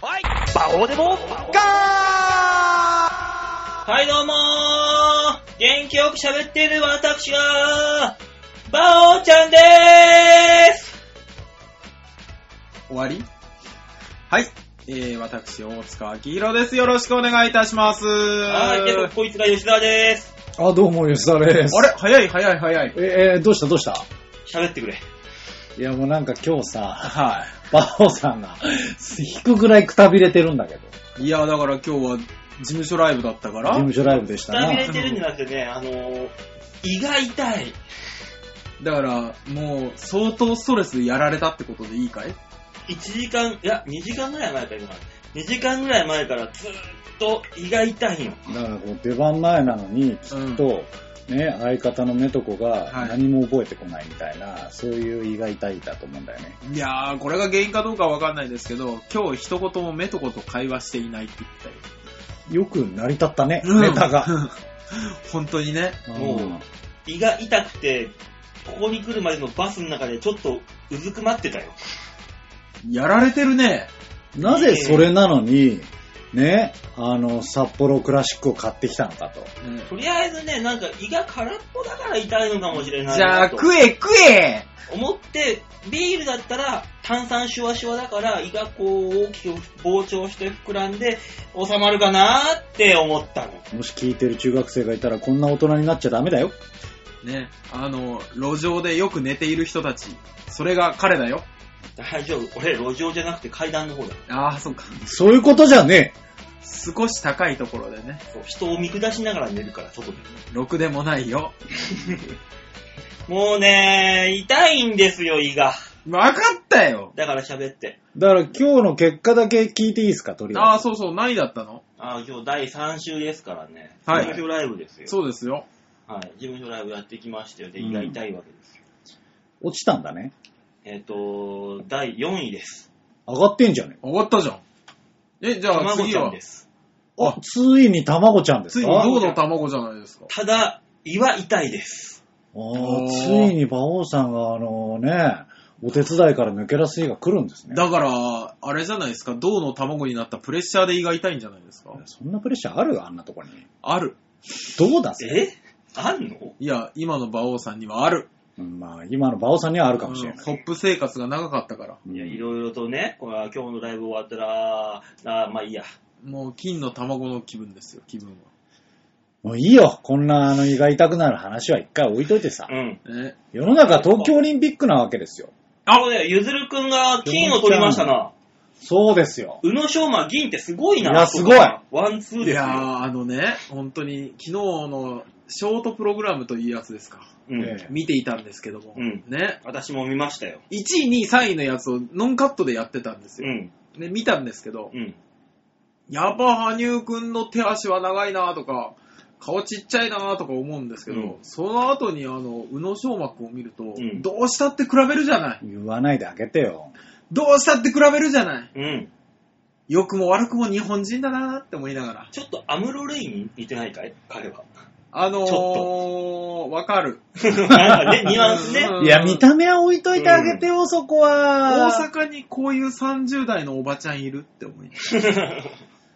どうでもガはい、どうもー元気よく喋っている私が、バオちゃんでーす終わりはい。えー、私、大塚明宏です。よろしくお願いいたします。はい、でもこいつが吉沢でーす。あ、どうも、吉沢です。あれ早い早い早い。え、えーどうしたどうした喋ってくれ。いや、もうなんか今日さ、はバオさんが、引くぐらいくたびれてるんだけど。い。いや、だから今日は事務所ライブだったか事ら、務所ライブでした下見れな。てるんじゃなくてね、あのー、胃が痛い。だからもう相当ストレスやられたってことでいいかい1時間、いや、2時間ぐらい前から今。2時間ぐらい前からずーっと胃が痛いんよ。だからこう、出番前なのに、きっと、ね、相方のメトコがはい何も覚えてこないみたいな、そういう胃が痛いだと思うんだよね。いやー、これが原因かどうかわかんないですけど、今日一言も目とこと会話していないって言ったよ。よく成り立ったね、うんネタが。本当にね。もううん胃が痛くて、ここに来るまでのバスの中でちょっとうずくまってたよ。やられてるね。なぜそれなのに、ね、あの、札幌クラシックを買ってきたのかと。とりあえずね、なんか胃が空っぽだから痛いのかもしれないじゃあ、なと食え食え思って、ビールだったら炭酸シュワシュワだから胃がこう大きく膨張して膨らんで収まるかなーって思ったの。もし聞いてる中学生がいたらこんな大人になっちゃダメだよ。ね、あの、路上でよく寝ている人たち。それが彼だよ。大丈夫。俺、路上じゃなくて階段の方だ。ああ、そうか。そういうことじゃね少し高いところでね、そう人を見下しながら寝るから、外で。ろくでもないよ。もうね、痛いんですよ、胃が。わかったよだから喋って。え。だから今日の結果だけ聞いていいですか、とりああえあ、そうそう、何だったのあー今日第3週ですからね。はい事務所ライブですよ。そうですよ。はい。事務所ライブやってきましたよ。で、うん胃が痛いわけですよ。ず。落ちたんだね。えっ、と、第4位です。上がってんじゃね終わったじゃん。え、じゃあ卵次ちゃんはで、す。えか。あ、ついに卵ちゃんですついにかどうの卵じゃないですか。ただ、胃は痛いです。あーついに馬王さんがあのね、お手伝いから抜け出す日が来るんですね。だから、あれじゃないですか、銅の卵になったプレッシャーで胃が痛いんじゃないですか。そんなプレッシャーあるあんなとこに。ある。どうだぜ。えあんのいや、今の馬王さんにはある。うんまあ、今の馬王さんにはあるかもしれうんない。ホップ生活が長かったから。うんいや、いろいろとね、これは今日のライブ終わったら、あーまあいいや。もう金の卵の気分ですよ、気分は。もういいよ。こんなあの胃が痛くなる話は一回置いといてさう。ん。え世の中東京オリンピックなわけですよ。あ、これね、ゆずるくんが金を取りましたな。そうですよ。宇野昌磨銀ってすごいな。いやすごいワンツーいですやー、よ。あのね、本当に昨日のショートプログラムというやつですか。うん。ええ見ていたんですけども。うんね。私も見ましたよ。 1位、2位、3位のやつをノンカットでやってたんですうよ。ん。ね、見たんですけど、うん。やっぱ羽生くんの手足は長いなとか、顔ちっちゃいなとか思うんですけど、うんその後にあの、宇野昌磨くんを見ると、んどうしたって比べるじゃない。言わないであげてよ。どうしたって比べるじゃない。うん。良くも悪くも日本人だなって思いながら。ちょっとアムロレイに似てないかい彼は。 あのちー、わかる。なんかね、ニュアンスね。うんいや、見た目は置いといてあげてよ、そこは。大阪にこういう30代のおばちゃんいるって思います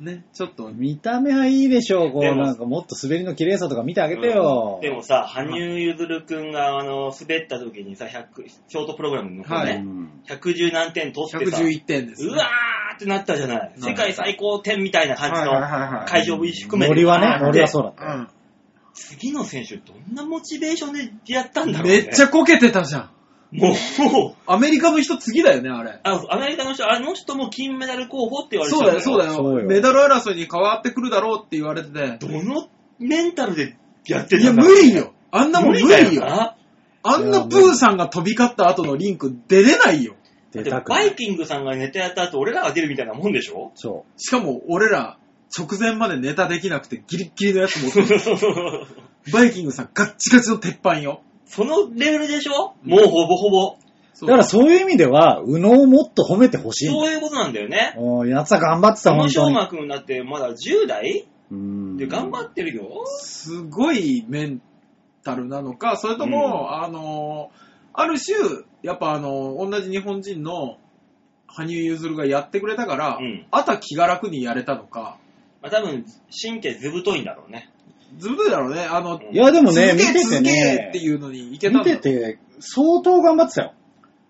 ね、ちょっと、見た目はいいでしょう、こう、でもなんかもっと滑りの綺麗さとか見てあげてよ。でもさ、羽生結弦くんが、あの、滑った時にさ、100、ショートプログラムの方はうね、いん110何点取ってさ、 111点です、うわーってなったじゃない。なる世界最高点みたいな感じはいはいはいはのい会場入り含めて。ノリはね、でノリはそうだった。う次の選手、どんなモチベーションでやったんだん。ろうね。めっちゃこけてたじゃん。もう、アメリカの人次だよね、あれ。あアメリカの人、あの人も金メダル候補って言われてそうだよ、そうだそうよ。よメダル争いに変わってくるだろうって言われてて。どのメンタルでやっていたや、んだ無ろう理。よ。あんなもん無無理だ理よよ。な。あんなプーさんが飛び交った後のリンク出れないよ。だっ出てたくなバイい。キングさんがネタやった後、俺らが出るみたいなもんでし ょそしかも、俺ら、直前までネタできなくてギリッギリのやつ持っ てる。バイキングさん、ガッチガチの鉄板よ。そのレベルでしょもうほぼほぼ。う。そうだからそういう意味では、右脳をもっと褒めてほしいんだそういうことなんだよね。よ。うんやつは頑張ってそた、の本当翔に。馬くんだってまだ10代うんで頑張ってるよ。すごいメンタルなのか、それとも、あの、ある種、やっぱあの、同じ日本人の羽生結弦がやってくれたから、うんあとは気が楽にやれたのか、まあ多分、神経ずぶといんだろうね。ずぶいだろうね。あの、うんいや、でもね、見続けてて続けねって、いうのにいけた見んだてて、相当頑張ってたよ。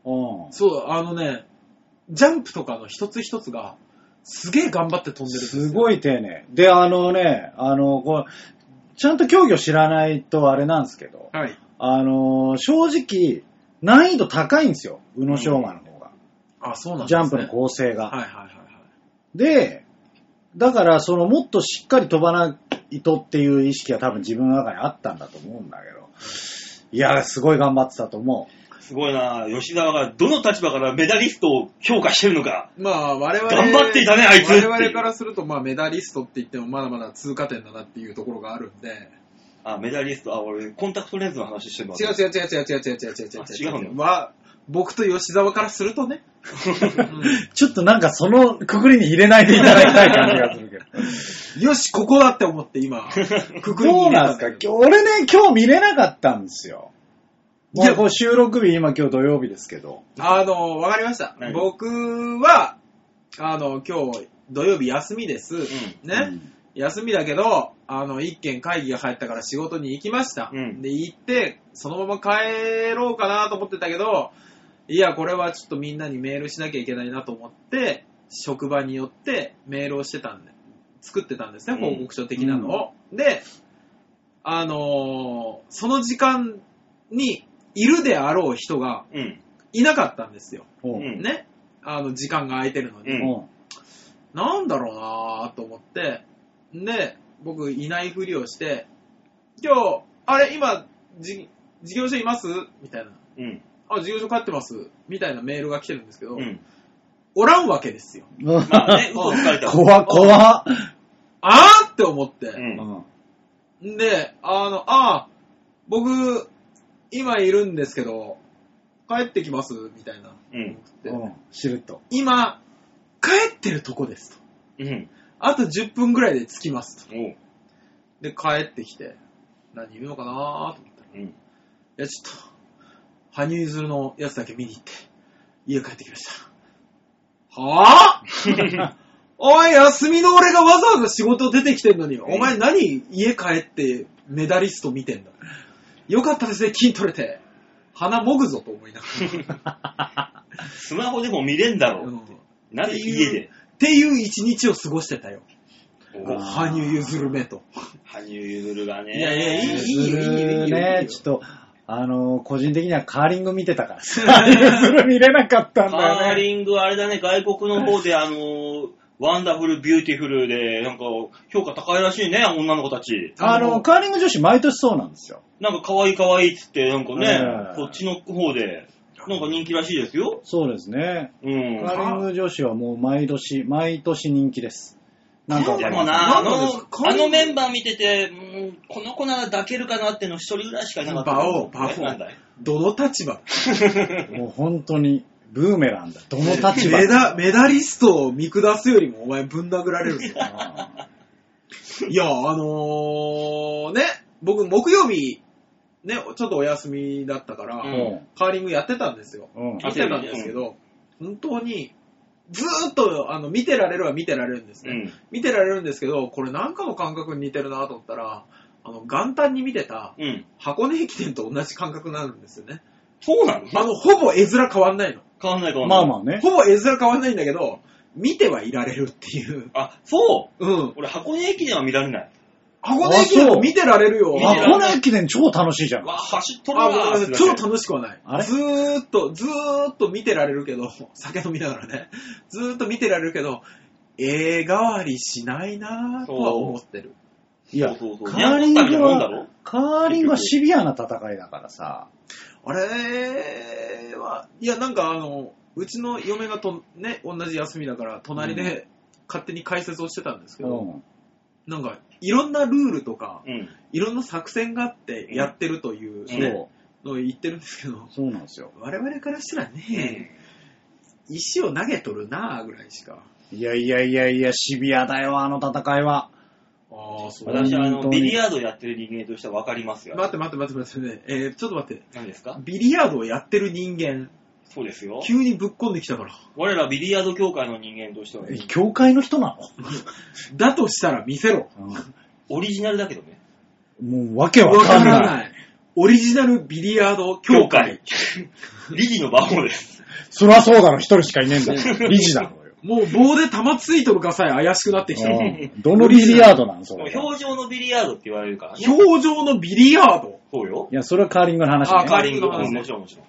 うん。そう、あのね、ジャンプとかの一つ一つが、すげえ頑張って飛んでるんですすい。ごい丁寧。で、あのね、あの、こう、ちゃんと競技を知らないとあれなんですけど、はい。あの、正直、難易度高いんですよ。宇野昌磨の方が。あ、そうなんですジね。ャンプの構成が。はいはいはいはい。で、だから、その、もっとしっかり飛ばないとっていう意識は多分自分の中にあったんだと思うんだけど。いや、すごい頑張ってたと思すごいな吉沢がどの立場からメダリストを評価してるのか。まあ、我々。頑張っていたねあいつ我々からすると、まあ、メダリストって言っても、まだまだ通過点だなっていうところがあるんで。あ、メダリスト、あ、俺、コンタクトレンズの話してるの違う違う違う違う違う違う違う違うあ違うのは、僕と吉沢からする とね。う。ちょっとなんかそのくくりに入れないでいただきたい感じがするけど。よし、ここだって思って今、くくりどうに入れなたんだですけかど俺ね、今日見れなかったんですよ。いやまあこう収録日、今今日土曜日ですけど。あの、わかりました何。僕は、あの、今日、土曜日休みです。ね。うん休みだけど、あの、一件会議が入ったから仕事に行きました。うんで、行って、そのまま帰ろうかなと思ってたけど、いや、これはちょっとみんなにメールしなきゃいけないなと思って、職場によってメールをしてたんで、作ってたんですね、うん報告書的なのを。で、あのーその時間にいるであろう人がうん。いなかったんですよ。おううんね。あの、時間が空いてるのに。うんおうなんだろうなぁと思って、で、僕いないふりをして、今日、あれ、今、じ、事業所いますみたいな。うん。あ、事業所帰ってますみたいなメールが来てるんですけど、うん。おらんわけですよ。まあね、嘘つかれたわ。 怖っ怖っあーって思うって。ん。うんん、で、あの、あー、僕、今いるんですけど、帰ってきますみたいな。うん。でうんしれっと。今、帰ってるとこですうと。ん。あと10分ぐらいで着きますと。おう。で、帰ってきて、何言うのかなーと思ったら、うん。いや、ちょっと、羽生結弦のやつだけ見に行って、家帰ってきました。はぁ おい、休みの俺がわざわざ仕事出てきてんのに、お前何家帰ってメダリスト見てんだ。よかったですね、金取れて。鼻もぐぞと思いながスマホでも見れんだら。ろ うう。んっなんで家で。ていう一日を過ごしてたよ。おあーう羽生結弦めと。羽生結弦がね。いやいやいいよいいよいいよいいよね、ちょっと、あの、個人的にはカーリング見てたからさ、カーリングする見れなかったんカだーよね。リング、あれだね、外国の方で、あのー、ワンダフル、ビューティフルで、なんか、評価高いらしいね、女の子たち。あの、カーリング女子毎年そうなんですよ。なんか、可愛い可愛いっつって、なんかねう、こんっちの方で、なんか人気らしいですよ。そうですね。うん。カーリング女子はもう毎年、毎年人気です。なんかわかでりもませんな、あなんかのです、あのメンバー見てて、うんこの子なら抱けるかなっての一人ぐらいしかいなかった。馬王馬王なんだいどの立場もう本当に、ブーメランだ。どの 立場メダメダリストを見下すよりもお前ぶん殴られるぞ。あいや、あのー、ね、僕、木曜日、ね、ちょっとお休みだったから、うあんカーリングやってたんですよ。うん。うんあ見てたんですけど、本当に、ずーっと、あの、見てられるは見てられるんですうね。ん。見てられるんですけど、これなんかの感覚に似てるなと思ったら、あの、元旦に見てたうん。箱根駅伝と同じ感覚になるんですよね。そうなのあの、ほぼ絵面変わんないの。変わんない変わんなまい。あまあね。ほぼ絵面変わんないんだけど、見てはいられるっていう。あ。そううん。俺、箱根駅伝は見られない。箱根駅伝あそもう見てられるよ。見てられる箱根駅伝超楽しいじゃん。わ、走っとるあ、ごわめんなさい。超楽しくはない。あれずーっと、ずーっと見てられるけど、酒飲みながらね、ずーっと見てられるけど、ええ代わりしないなーとは思ってる。いや、そうそうそうカーリングニャンコみたいなもんだろは、カーリングはシビアな戦いだからさ。あれは、いや、なんかあの、うちの嫁がと、ね、同じ休みだから、隣で勝手に解説をしてたんですけうど、ん。なんか、いろんなルールとか、うん。いろんな作戦があってやってるという、うそんねう。のを言ってるんですけど、そうなんですよ。我々からしたらうね、ん石を投げとるなーぐらいしか。いやいやいやいや、シビアだよ、あの戦いは。ああ、そだ私、あ本の、当にビリヤードやってる人間としては分かりますよ。待って待って待って待って、ね、えー、ちょっと待って。何ですかビリヤードをやってる人間。そうですよ。急にぶっこんできたから。我らビリヤード協会の人間としてはね、え教会の人なだとしたら見せろ。の、オリジナルだけどね。もうわけわわかかんらない。ない。オリジナルビリヤード協会。。理事の馬王です。そりゃそうだろ、一人しかいねえんだ。理事だろうよ。もう棒で玉ついとるかさえ怪しくなってきた。うんどのビリヤードなん、それ。い表情のビリヤードって言われるからね。表情のビリヤード。そうよ。や、それはカーリングの話あカね。ーリングの話、うんもちろんもちろん。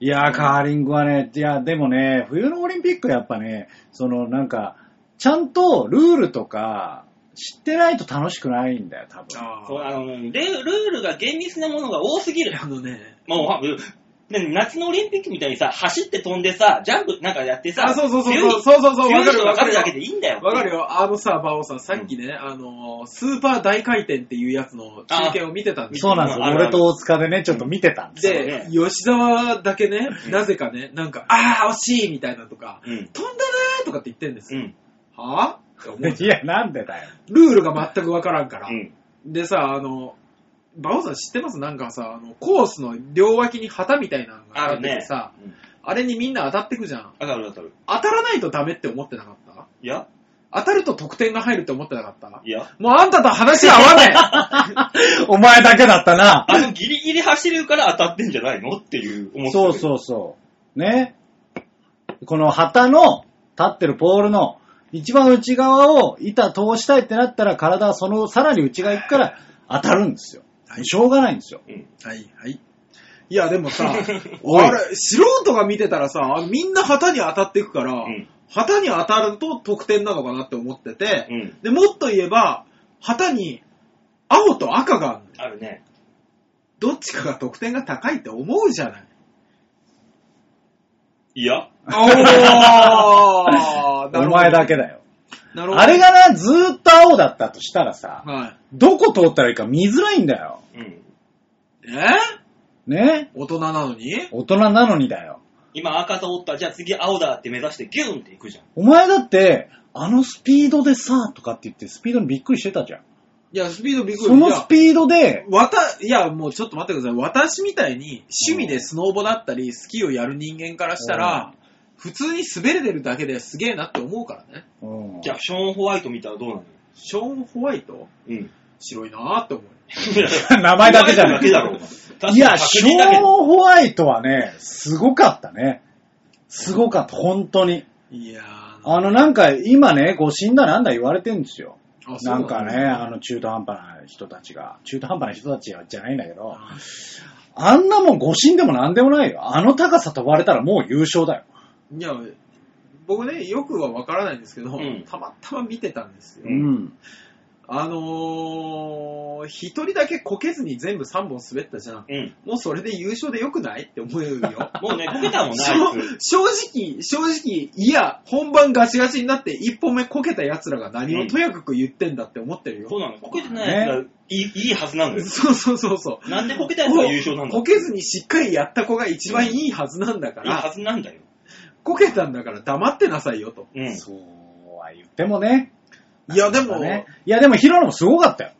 いや、カーリングはね、いや、でもね、冬のオリンピックやっぱね、そのなんか、ちゃんとルールとか、知ってないと楽しくないんだよ、多分。あそうあのルルールが厳密なものが多すぎる。あのね。もうは、ね夏のオリンピックみたいにさ、走って飛んでさ、ジャンプなんかやってさ、あ、そうそうそう急そう。にそうそうそう。わ急かにる分わかかるるだけでいいんだよ。わかるよ。あのさ、バオさん、さっきね、あのー、スーパー大回転っていうやつの中継を見てたんですそうなんですよ。あるある俺と大塚でね、ちょっと見てたんですよ。そうでね、吉沢だけね、なぜかね、なんか、あー、惜しいみたいなとか、うん。飛んだねーとかって言ってんですうよ。ん。はぁって思ういや、なんでだよ。ルールが全くわからんからう。ん。でさ、あの、バオさん知ってますなんかさ、あの、コースの両脇に旗みたいなのがああっるてねて。さ、うんあれにみんな当たってくじゃん。当たる当たる。当たらないとダメって思ってなかったいや、当たると得点が入るって思ってなかったいや。もうあんたと話合わ ないお前だけだったな。あのギリギリ走るから当たってんじゃないのっていう思ってそうう。そうそう。ね。この旗の立ってるポールの一番内側を板通したいってなったら体はそのさらに内側行くから当たるんですよ。しょうがないんですよ。うん。はい、はい。いや、でも さ、あおれ、い素人が見てたらさ、あのみんな旗に当たっていくから、うん旗に当たると得点なのかなって思ってて、うん。で、もっと言えば、旗に青と赤があるのよあるね。どっちかが得点が高いって思うじゃない。いや。 おお前だけだよ。なるほど。あれがな、ずーっと青だったとしたらさ、はどこ通ったらいいか見づらいんだよ。うん。い。えーね。大人なのに大人なのにだよ。今赤と折った、じゃあ次青だって目指してギュンっていくじゃん。お前だって、あのスピードでさ、とかって言ってスピードにびっくりしてたじゃん。いや、スピードびっくり。そのスピードで、わた、いや、もうちょっと待ってください。私みたいに趣味でスノーボだったり、スキーをやる人間からしたら、普通に滑れてるだけですげえなって思うからね。うんじゃあショーン・ホワイト見たらどうなのショーン・ホワイトうん。白いなーって思う。名 前だけじゃない。だろうが。いや、シ確ョ認ーだけン・ど。ホワイトはね、すごかったね。すごかった、本当に。いやーあの、なんか、今ね、誤信だなんだ言われてんですよ。あそうなんかね、あの、の、中途半端な人たちが。中途半端な人たちじゃないんだけど、ああんなもん誤信でもなんでもないよ。あの高さ飛ばれたらもう優勝だよ。いや、僕ね、よくはわからないんですけど、うんたまたま見てたんですよ。うんん。あのー、一人だけこけずに全部3本滑ったじゃん。うん。もうそれで優勝でよくないって思う よ。もうね、こけたもんな、正あいつ。正直、正直、いや、本番ガチガチになって一歩目こけた奴らが何をとやかく言ってんだって思ってるそよ。うなの。こけてないやつがいい,、いいはずなのよ。そうそうそうそう。なんでこけたやつが優勝なんだこけずにしっかりやった子が一番いいはずなんだかいいはら、ずなんだよ。こけたんだから黙ってなさいよと。うん。そうは言ってもね。いや、でなんも、かねいや、でもヒロのもすごかったよ。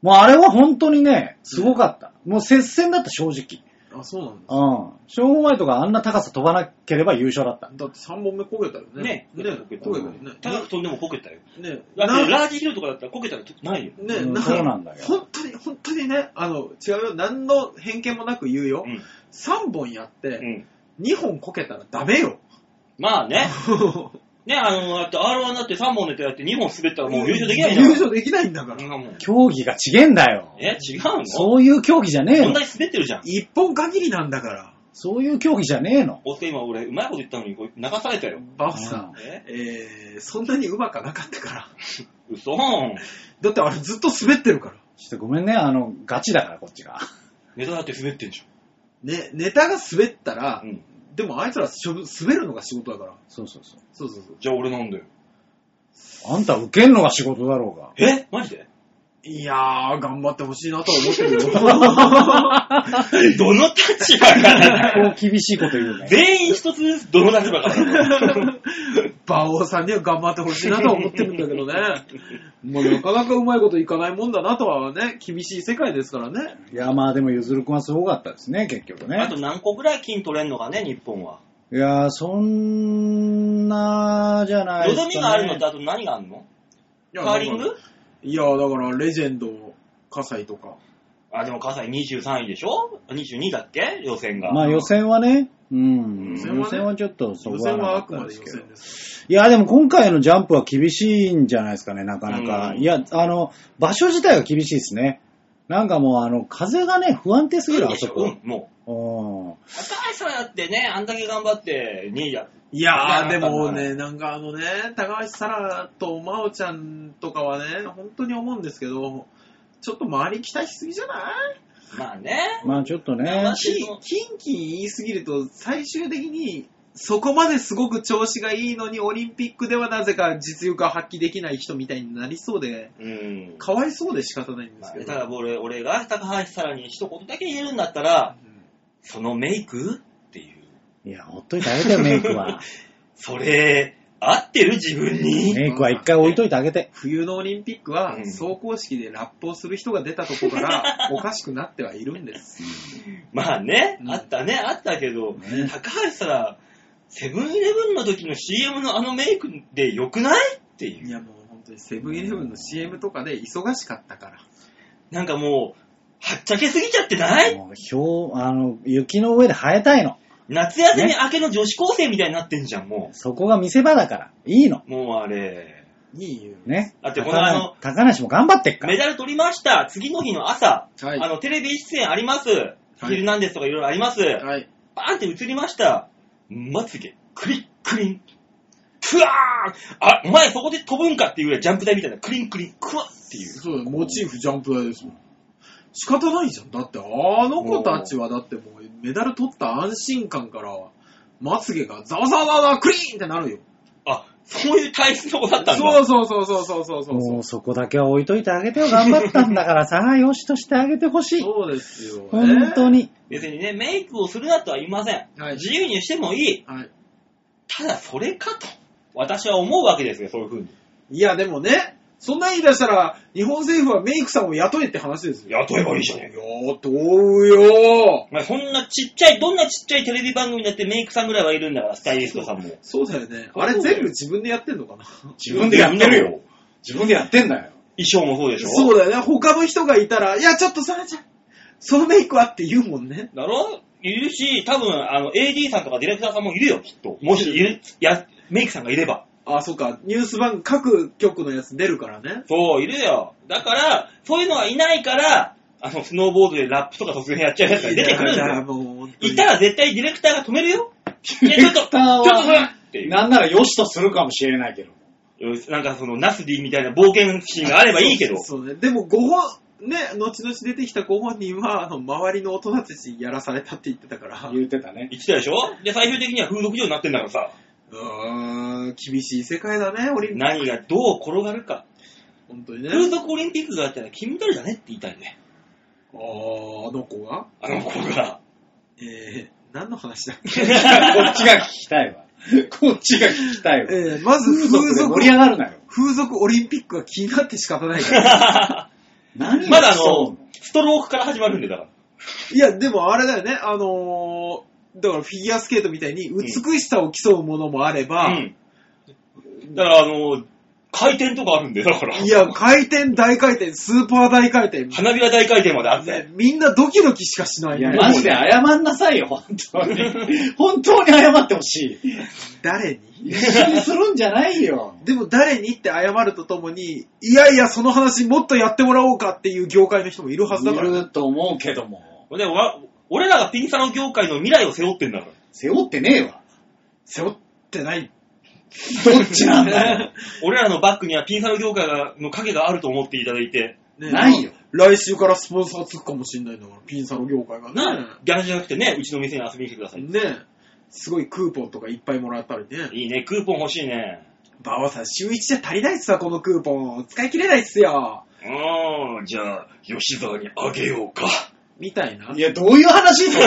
もうあれは本当にね、すごかった。もう接戦だった、正直。あ、そうなんだ。うん。ショーン・ホワイトがあんな高さ飛ばなければ優勝だった。だって3本目こけたよねね。ねこけたこけたよ高く飛んでもこけたよ。ね。ね、だってなラージヒルとかだったらこけたらないよ。ね、うんなそうなんだよ本当に、本当にね、あの、違うよ。何の偏見もなく言うよ。うん。 3本やっうて、ん。 2本こけたらダメよ。まあ ね。ね、あの、だって R1 だって3本ネタやって2本滑ったらもう優勝できないじゃん。優勝できないんだから。なんかもう競技が違えんだよ。え、違うのそそういう競技じゃねえんのな。に滑ってるじゃん。一本限りなんだから。そういう競技じゃねえの。おっ今俺、うまいこと言ったのにこう流されたよ。バオさん、ええー、そんなにうまくなかったから。嘘ーん。だってあれずっと滑ってるから。ちょっとごめんね、あの、ガチだからこっちが。ネタだって滑ってんじね、ネタが滑ったらゃん。、うん。でもあいつらしょ滑るのが仕事だから。そうそうそう。そうそうそう。じゃあ俺なんだよ。あんた受けんのが仕事だろうが。えマジでいやー、頑張ってほしいなとは思ってるよ。 どの立場 からこう厳しいこと言うね。全員一つずつどの立場から馬王さんには頑張ってほしいなとは思ってるんだけどね。もうなかなかうまいこといかないもんだなとはね、厳しい世界ですからね。いや、まあでも、ゆずるくんはすごかったですね、結局ね。あと何個ぐらい金取れんのかね、日本は。いやー、そんな、じゃないよですか、どね。みがあるのってあと何があるのカーリングいや、だからレジェンド、葛西とか。あ、でも葛西23位でしょ ?22 だっけ予選が。まあ予選はね、う予ん。予選はね選はちょっとそこ予は選なかはあっくたまんでです予けど選。です。いや、でも今回のジャンプは厳しいんじゃないですかね、なかなか。うんいや、あの、場所自体が厳しいですね。なんかもう、あの、風がね、不安定すぎる、あでしそょうん、もう。こ。うん。高橋さんやってね、あんだけ頑張って2位だ。いやー、でもね、なんかあのね、高橋沙羅と真央ちゃんとかはね、本当に思うんですけど、ちょっと周り期待しすぎじゃないまあね。まあちょっとね悲、しいキンキンキン言いすぎると、最終的に、そこまですごく調子がいいのに、オリンピックではなぜか実力が発揮できない人みたいになりそうで、うん。かわいそうで仕方ないんでますあけねど。ただ俺、俺が高橋さらに一言だけ言えるんだったら、そのメイクっていう。いや、ほっといてあげてよ、メイクは。それ、合ってる自分に。メイクは一回置いといてあげて。冬のオリンピックうはん走行式でラップをする人が出たとこから おかしくなってはいるんです。まあねう、んあったね、あったけど、ね高橋さら、セブンイレブンの時の CM のあのメイクで良くないっていうい。やもう本当にセブンイレブンの CM とかで忙しかったから。なんかもう、はっちゃけすぎちゃってないもう、氷、あの、雪の上で生えたいの。夏休み明けの女子高生みたいになってんじゃん、もそこが見せ場だから。いいの。う。もうあれ、いいよ。ね。だってこの高梨あの高梨も頑張ってっかメら。ダル取りました。次の日の朝、はいあの、テレビ出演あります。ヒルナンデスとかいろいろあります。はい。バーンって映りました。まつげ、クリックリン。クワーンあ、お前そこで飛ぶんかっていうぐらいジャンプ台みたいな、クリンクリン、クワッっていう。そうだよ、モチーフジャンプ台ですもん。仕方ないじゃん。だってあの子たちはだってもうメダル取った安心感から、まつげがザワザワザワクリーンってなるよ。あ、そういう体質の子だったんだ。そうそうそうそうそうそうそうそもうう。そこだけは置いといてあげてよ。頑張ったんだから さ、よしとしてあげてほしい。そうですよ、ね。本当。に。別にね、メイクをするなとは言いません。はい自由にしてもいい。はい。ただそれかと、私は思うわけですよ、そういう風に。いやでもね、そんなん言い出したら、日本政府はメイクさんを雇えって話ですよ。雇えばいいじゃねえか。雇うよお前そんなちっちゃい、どんなちっちゃいテレビ番組だってメイクさんぐらいはいるんだから、スタイリストさんも。そうだよね。あれ全部自分でやってんのかな自分でやってるよ。自分でやってんだよ。衣装もそうでしょそうだよね。他の人がいたら、いや、ちょっとサラちゃん、そのメイクはって言うもんね。だろいるし、多分、あの、AD さんとかディレクターさんもいるよ、きっと。もし、いる、や、メイクさんがいれば。あ、そうか。ニュース番、各局のやつ出るからね。そう、いるよ。だから、そういうのはいないから、あの、スノーボードでラップとか突然やっちゃうやつが出てくるんだだからよ。もう、いたら絶対ディレクターが止める よ。いや、ちょっと、ちょっディレクターはとそれっていう。なんならよしとするかもしれないけど。なんかその、ナスディみたいな冒険心があればいいけ ど。そうね。でも、ご本、ね、後々出てきたご本人は、あの、周りの大人たちにやらされたって言ってたから、う言ってたね。言ってたでしょで、最終的には風俗嬢になってんだからさ。ーん、厳しい世界だね、オリンピック。何がどう転がるか。本当にね。風俗オリンピックがあったら金メダルだねって言いたいね。あー、あの子があの子が。 えー、何の話だっ けこっちが聞きたいわ。 こっちが聞きたいわ。えー、まず風風俗俗で盛り上がるなよ。風俗オリンピックが気になって仕方ないから。何まだあその、ストロークから始まるんで、だから。いや、でもあれだよね、あのー、だからフィギュアスケートみたいに美しさを競うものもあれば、うん。だから、あの、回転とかあるんで、だから。いや、回転、大回転、スーパー大回転、花びら大回転まであって。ねみんなドキドキしかしないいや、ね。マジで謝んなさいよ、本当に。 本当に謝ってほしい。 誰に一緒にするんじゃないよ。でも誰にって謝るとともに、いやいや、その話もっとやってもらおうかっていう業界の人もいるはずだから。いると思うけども。でわ俺らがピンサロ業界の未来を背負ってんだから。背負ってねえわ。背負ってない。どっちなんだ よ。俺らのバックにはピンサロ業界がの影があると思っていただいて、ねないよ。来週からスポンサーつくかもしんないんだから、ピンサロ業界がね。な、ギャラじゃなくてね、うちの店に遊びに来てください。ねすごいクーポンとかいっぱいもらったりね。いいね、クーポン欲しいね。馬場さん、週1じゃ足りないっすわ、このクーポン。使い切れないっすよ。うーん、じゃあ、吉沢にあげようか。みたいな。いや、どういう話 それ。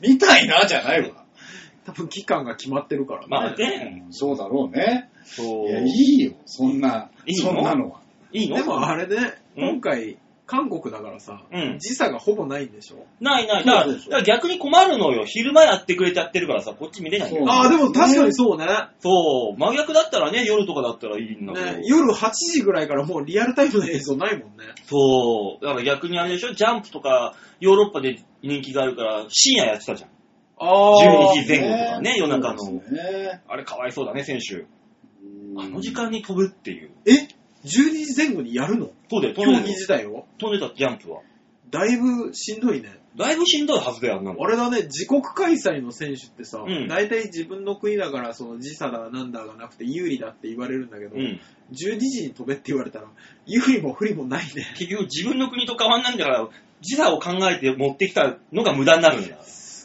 みたいな、じゃないわ。多分期間が決まってるからね。まあね、そうだろうね。そ。いうや、いいよ、そんな、いいのそんなのは。いいのでもあれね、うん今回、韓国だからさ、うん時差がほぼないんでしょないない。だから、そだうでしかょら逆に困るのよ。昼間やってくれちゃってるからさ、こっち見れないよそうああ、でも確かにそうね。そう。真逆だったらね、夜とかだったらいいんだけど。ね夜8時ぐらいからもうリアルタイムの映像ないもんね。そう。だから逆にあれでしょジャンプとか、ヨーロッパで人気があるから、深夜やってたじゃん。あ12あ。時前後とかね、夜中の。そうですねあれかわいそうだね、選手。うんあの時間に飛ぶっていう。え ?12 時前後にやるのそうだよ、競飛ん技で自た。体を飛んでたジャンプは。だいぶしんどいね。だいぶしんどいはずだよ、あんなの。あれだね、自国開催の選手ってさ、うん大体自分の国だからその時差だなんだがなくて有利だって言われるんだけど、うん。 12時に飛べって言われたら、有利も不利もないね。結局自分の国と変わんないんだから、時差を考えて持ってきたのが無駄になるんだ。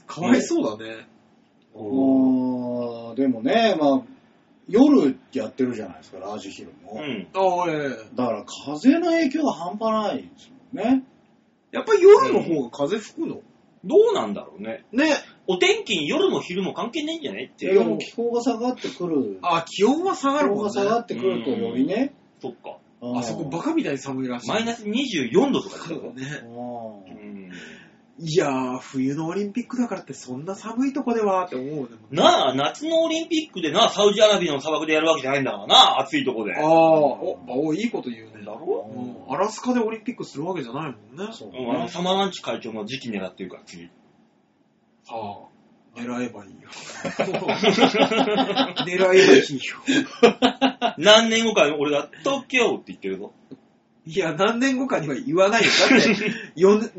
かわいそうだね。うあーでもね、まあ、夜やってるじゃないですか、ラージヒルも。ん。ああ、ええだから、風の影響が半端ないんですもんね。やっぱり夜の方が風吹くの、どうなんだろうね。ね。お天気に夜も昼も関係ないんじゃないっいてやいでう。も気候が下がってくる。あ、気温は下が気る候もがんね下。がってくるとよりね。そっか。あそこバカみたいに寒いらしい。マイナス24度とかだよ。ね。うんうんいやー、冬のオリンピックだからってそんな寒いとこではって思うね。なあ、夏のオリンピックでな、サウジアラビアの砂漠でやるわけじゃないんだからな、暑いとこで。あー、お、お、いいこと言うね。だろうんアラスカでオリンピックするわけじゃないもんね。そううんあのね。サマーランチ会長の時期狙ってるから、次。はあ、狙えばいいよ。 狙えばいいよ。 何年後かに俺が、東京って言ってるぞ。いや、何年後かには言わないよ。だって、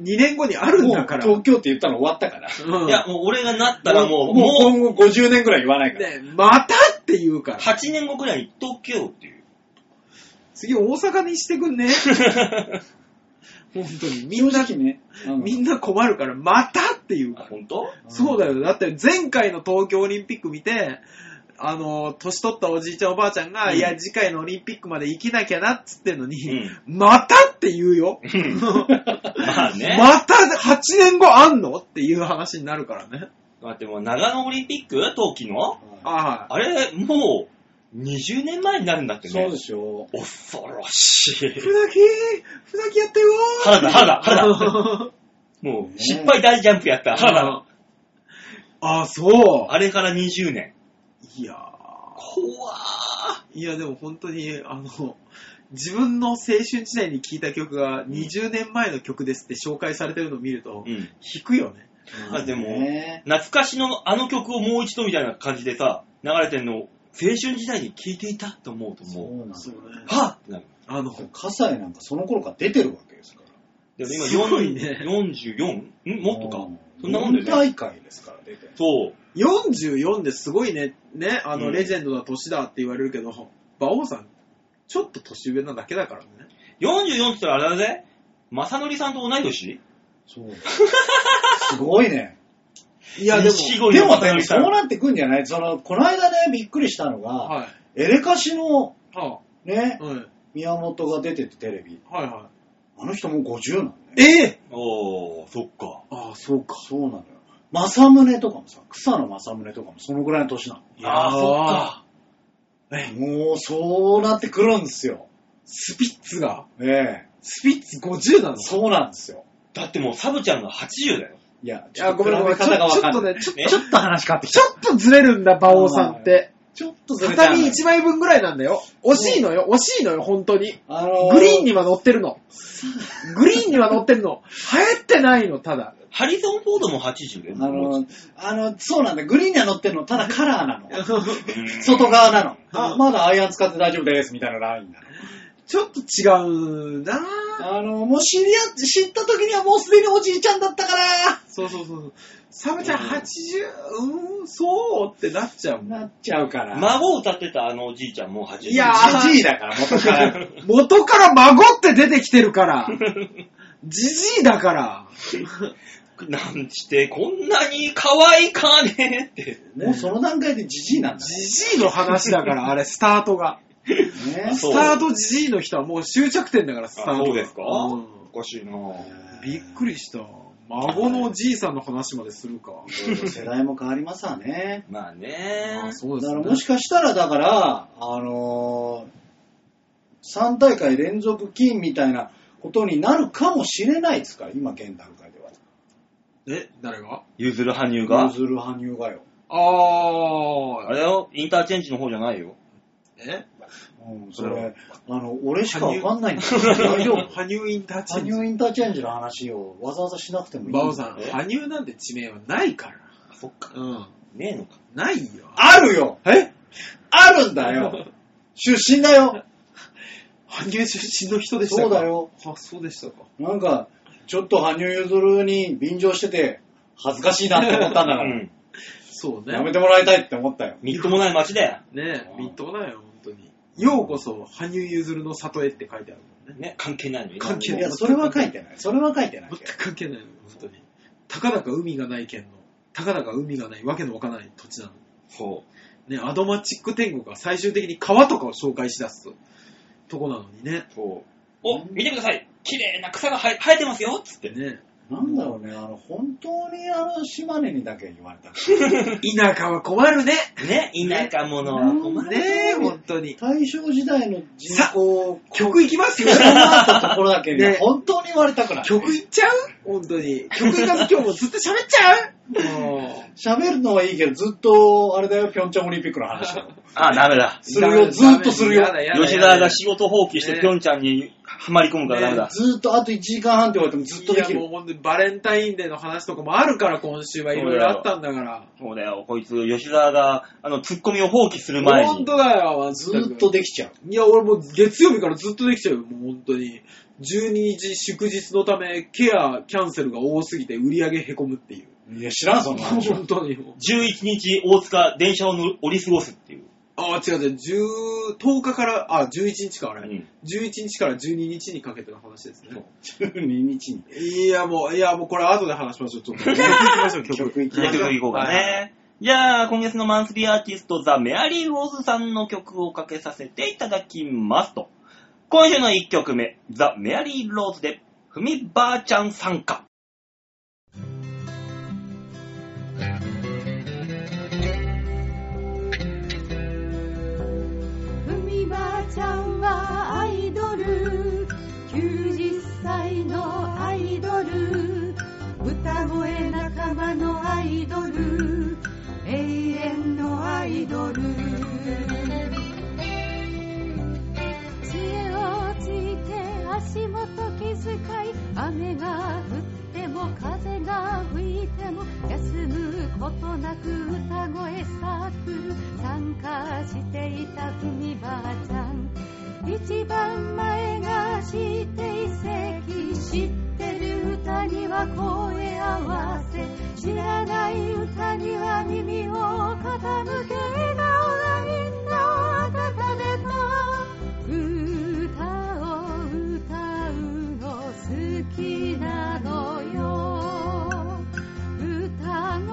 2年後にあるんもうだから。東京って言ったの終わったから。うんいや、もう俺がなったらもう、もうもう今後50年ぐらい言わないから。ね、またって言うから。 8年後くらいに東京っていう。次大阪にしてくんね。本当に。みんな、正直ね。うんみんな困るから、またって言うあから。本当そうだよ。だって前回の東京オリンピック見て、あの、年取ったおじいちゃんおばあちゃんが、うんいや、次回のオリンピックまで生きなきゃなっつってんのに、うまたって言うよ。 まあね。また8年後あんのっていう話になるからね。待って、もう長野オリンピック冬季のはああ。あれ、もう、20年前になるんだっいてね。そうでしょ。恐ろしい。ふだきふだきやってよー原田、原田、原田。だ。 もう、失敗大ジャンプやった、原田。ああ、そう。あれから20年。いや怖ー。ーいやでも本当に、あの、自分の青春時代に聴いた曲が20年前の曲ですって紹介されてるのを見ると、うん。弾くよね。まあでもね懐かしのあの曲をもう一度みたいな感じでさ、流れてんのを青春時代に聴いていたと思うとそうもう、なんだそうよ。ね。はぁってなる。あの、葛西なんかその頃から出てるわけですかでら。も今すご4いね 44? んもっとかう。そんなもんだよね四大会ですから、出てる。そう。 44ですごいね、ね、あうの、んレジェンドだ、年だって言われるけど、馬王さん、ちょっと年上なだけだからね。 44って言ったらあれだぜ。まさのりさんと同い年そう だよすごいね。いいや、でも、錦鯉でのまもさのね、りさ。そうんなってくんじゃないその、この間ね、びっくりしたのが、はい。エレカシのはねあ、、うん。宮本が出ててテレビ。はいはあの人もう50なのね。い。ええおー、そっか。ああ、そうか。そうなのよ。正宗とかもさ、草野正宗とかもそのぐらいの年なの。いあー、そっか。もう、そうなってくるんですよ。スピッツが、ええスピッツ50なのそうなんですよ。だってもうサブちゃんが80だよ。いや、いや、ごめんごめん。比ちょべ方がわちょかっとんない。ね、ちょっとねちょっと話変わってきちた。ょっとずれるんだ、馬王さんって。ちょっとずれちゃう畳1枚分ぐらいなんだよ。惜しいのよ、惜しいのよ、本当に。あのグリーンには乗ってるの。グリーンには乗ってるの。流行ってないの、た だ。ハリソン・フォードも80だよ。あの、あの、そうなんだ。グリーンには乗ってるの、ただカラーなの。うん外側なの。あ、まだアイアン使って大丈夫です、みたいなラインなの。ちょっと違うなぁあの、もう知り合っ、知った時にはもうすでにおじいちゃんだったから、そうそうそう。サブちゃん80、うーん、そうってなっちゃうもん。なっちゃうから。孫を歌ってたあのおじいちゃんもう80。いやーじじいだから、元から。元から孫って出てきてるから。じじいだから。なんして、こんなに可愛いかねって。もうその段階でじじいなんだね。じじいの話だから、あれ、スタートが。ねそスうタートじじいの人はもう終着点だから、スタートあが。そうですかうんおかしいなぁ。びっくりした。孫のじいさんの話までするか。世代も変わりますわね。まああねあそうでだかすらね。もしかしたら、だから、あのー、3大会連続金みたいなことになるかもしれないですから、今現段階では。え、誰がゆずる羽生が譲、る羽生がよ。ああれよ、インターチェンジの方じゃないよ。えうん、それ、あの、俺しかわかんないんだよ。大大丈丈夫夫。羽生インターチ羽ェンジ。生インターチェンジの話をわざわざしなくてもいい。バオさん、え羽生なんて地名はないから。そっか。うん。ねえのか。ないよ。あるよえあるんだよ出身だよ羽生出身の人でしたかそうだよ。あ、そうでしたか。なんか、ちょっと羽生結弦に便乗してて、恥ずかしいなって思ったんだかうら、ん。そうね。やめてもらいたいって思ったよ。みっともない街で、ねえう、んみっともないよ、本当に。ようこそ、羽生結弦の里へって書いてあるもんね。ね、関係ないのに。関係いないや、それは書いてない。それは書いてない全けど。く関係ないよ、本当に。たかだか海がない県の、たかだか海がないわけのわからない土地なの。そね、アドマチック天国が最終的に川とかを紹介しだすととこなのにね。う。そう。お、見てください綺麗な草が生え生えてますよつって。ねなんだろうね、あの、本当にあの、島根にだけ言われた。田舎は困るね。ね、田舎者は困る。ねえ、本当に。大正時代の人口、曲いきますよ。あったところだけねね、 本当に言われたくない。 曲いっちゃう本当に。曲いかず今日もずっと喋っちゃうも喋るのはいいけど、ずっと、あれだよ、ピョンチャンオリンピックの話だよ。あ、ダメだ。するよ、ずっとするよ。吉沢が仕事放棄しねてピョンちゃんにはまり込むからダメだ。ずーっとあと1時間半って言われてもずっとできいやもうる。本当にバレンタインデーの話とかもあるから今週はいろいろあったんだから。そうだよ、こいつ、吉沢が、あの、ツッコミを放棄する前本に。当だよ、ずーっとで。できちゃう。いや、俺もう月曜日からずっとできちゃうよ、もう本当に。12日祝日のため、ケアキャンセルが多すぎて売り上げへこむっていう。いや、知らん、そんな 話は。本当にもう。 11日、大塚、電車を乗折り過ごすっていう。ああ、違う違う、10 10日から、あ、11日か、あれ。うん11日から12日にかけての話ですね。 12日に。いや、もう、いや、もうこれ後で話しましょう、ちょっと。曲行きましょう、曲行きじゃあましょ曲いこうかはいはいね。じゃあ、今月のマンスリーアーティスト、ザ・メアリー・ローズさんの曲をかけさせていただきますと。今週の1曲目、ザ・メアリー・ローズで、ふみばあちゃん参加。海ばあちゃんはアイドル90歳のアイドル歌声仲間のアイドル永遠のアイドル知恵をついて足元気遣い雨が降っても風が吹いても休むことなく歌声咲く参加していたみばあちゃん一番前が指定席知ってる歌には声合わせ知らない歌には耳を傾け笑顔でみんなを温めた歌を歌うの好きなのよ歌声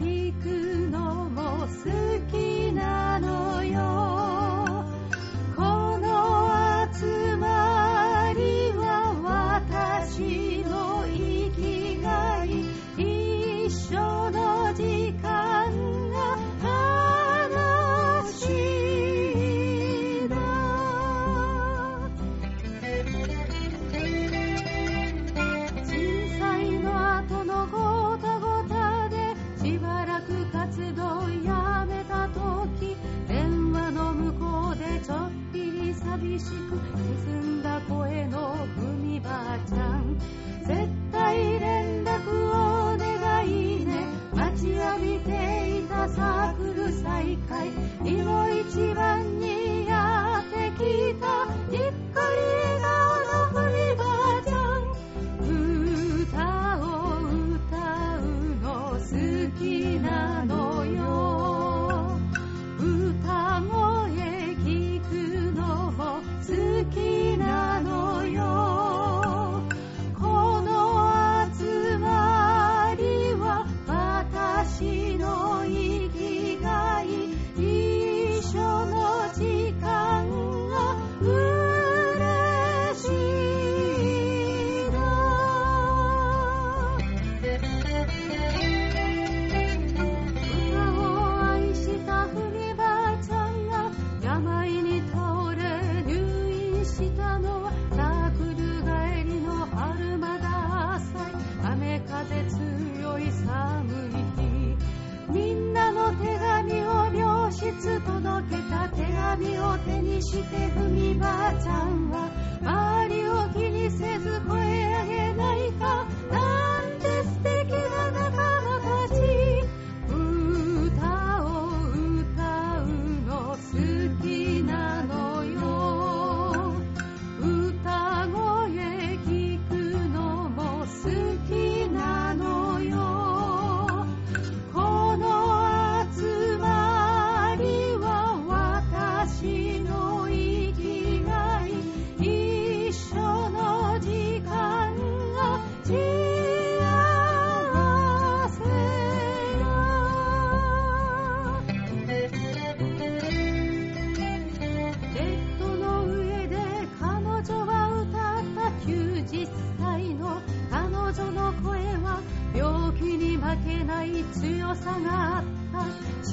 聞くのも好きなのよこの集まりは私の生きがい一緒の時間が悲しいな震災の後のごたごたでしばらく活動やめた時電話の向こうでちょっぴり寂しく沈んだ声の海ばあちゃん絶対連絡をお願いね待ちわびていたサークル再開今一番にやってきたにっこり笑顔の海ばあちゃん歌を歌うの好きなのよ歌声聞くのも好きなのよこの集まりは私の生きがい一緒の時間鏡を手にしてふみばあちゃんは周りを気にせず声上げないかなんて素敵な仲間たち歌を歌うの好きなのよ歌声聞くのも好きなのよこの集まりは私の生きがい一緒の時間が幸せだベッドの上で彼女は歌った90歳の彼女の声は病気に負けない強さがあった幸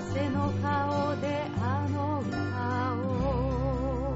せの顔であの歌を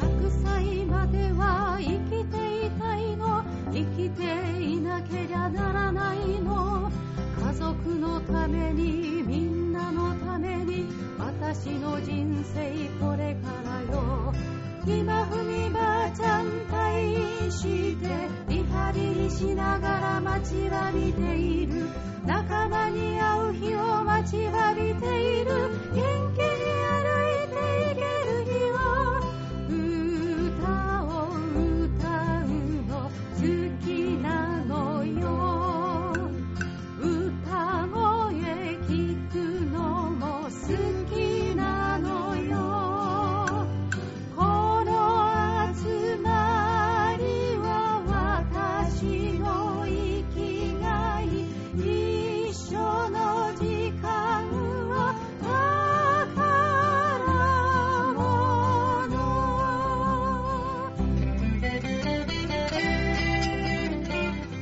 100歳までは生きていたいの生きていなけりゃならないの家族のためにみんなのために私の人生これからよ今ふみばあちゃん退院してリハビリしながら街は見ている仲間に会う日を待ちわびている元気に歩いていける日を歌を歌うの好きなのよ歌声聞くのも好きなのよこの集まりは私の生きがい一緒の時間は宝物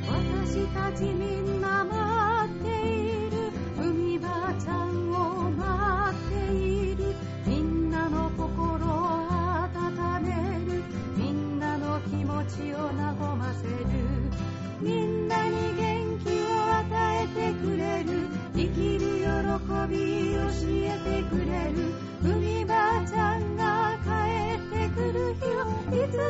私たちみんな待っている海ばあちゃんを待っているみんなの心を温めるみんなの気持ちを和ませるみんなに元気を与えてくれる生きる喜び教えてくれる海ばあちゃんが帰ってくる日をいつでも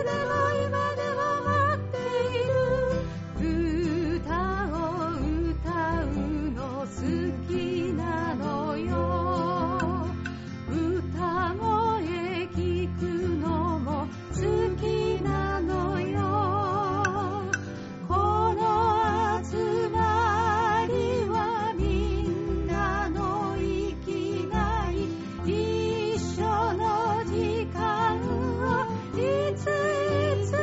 今でも待っている歌を歌うの好きなのよ歌声聞くのも好きなのよこの集まりはみんなの生きがい一緒の時間をいついつ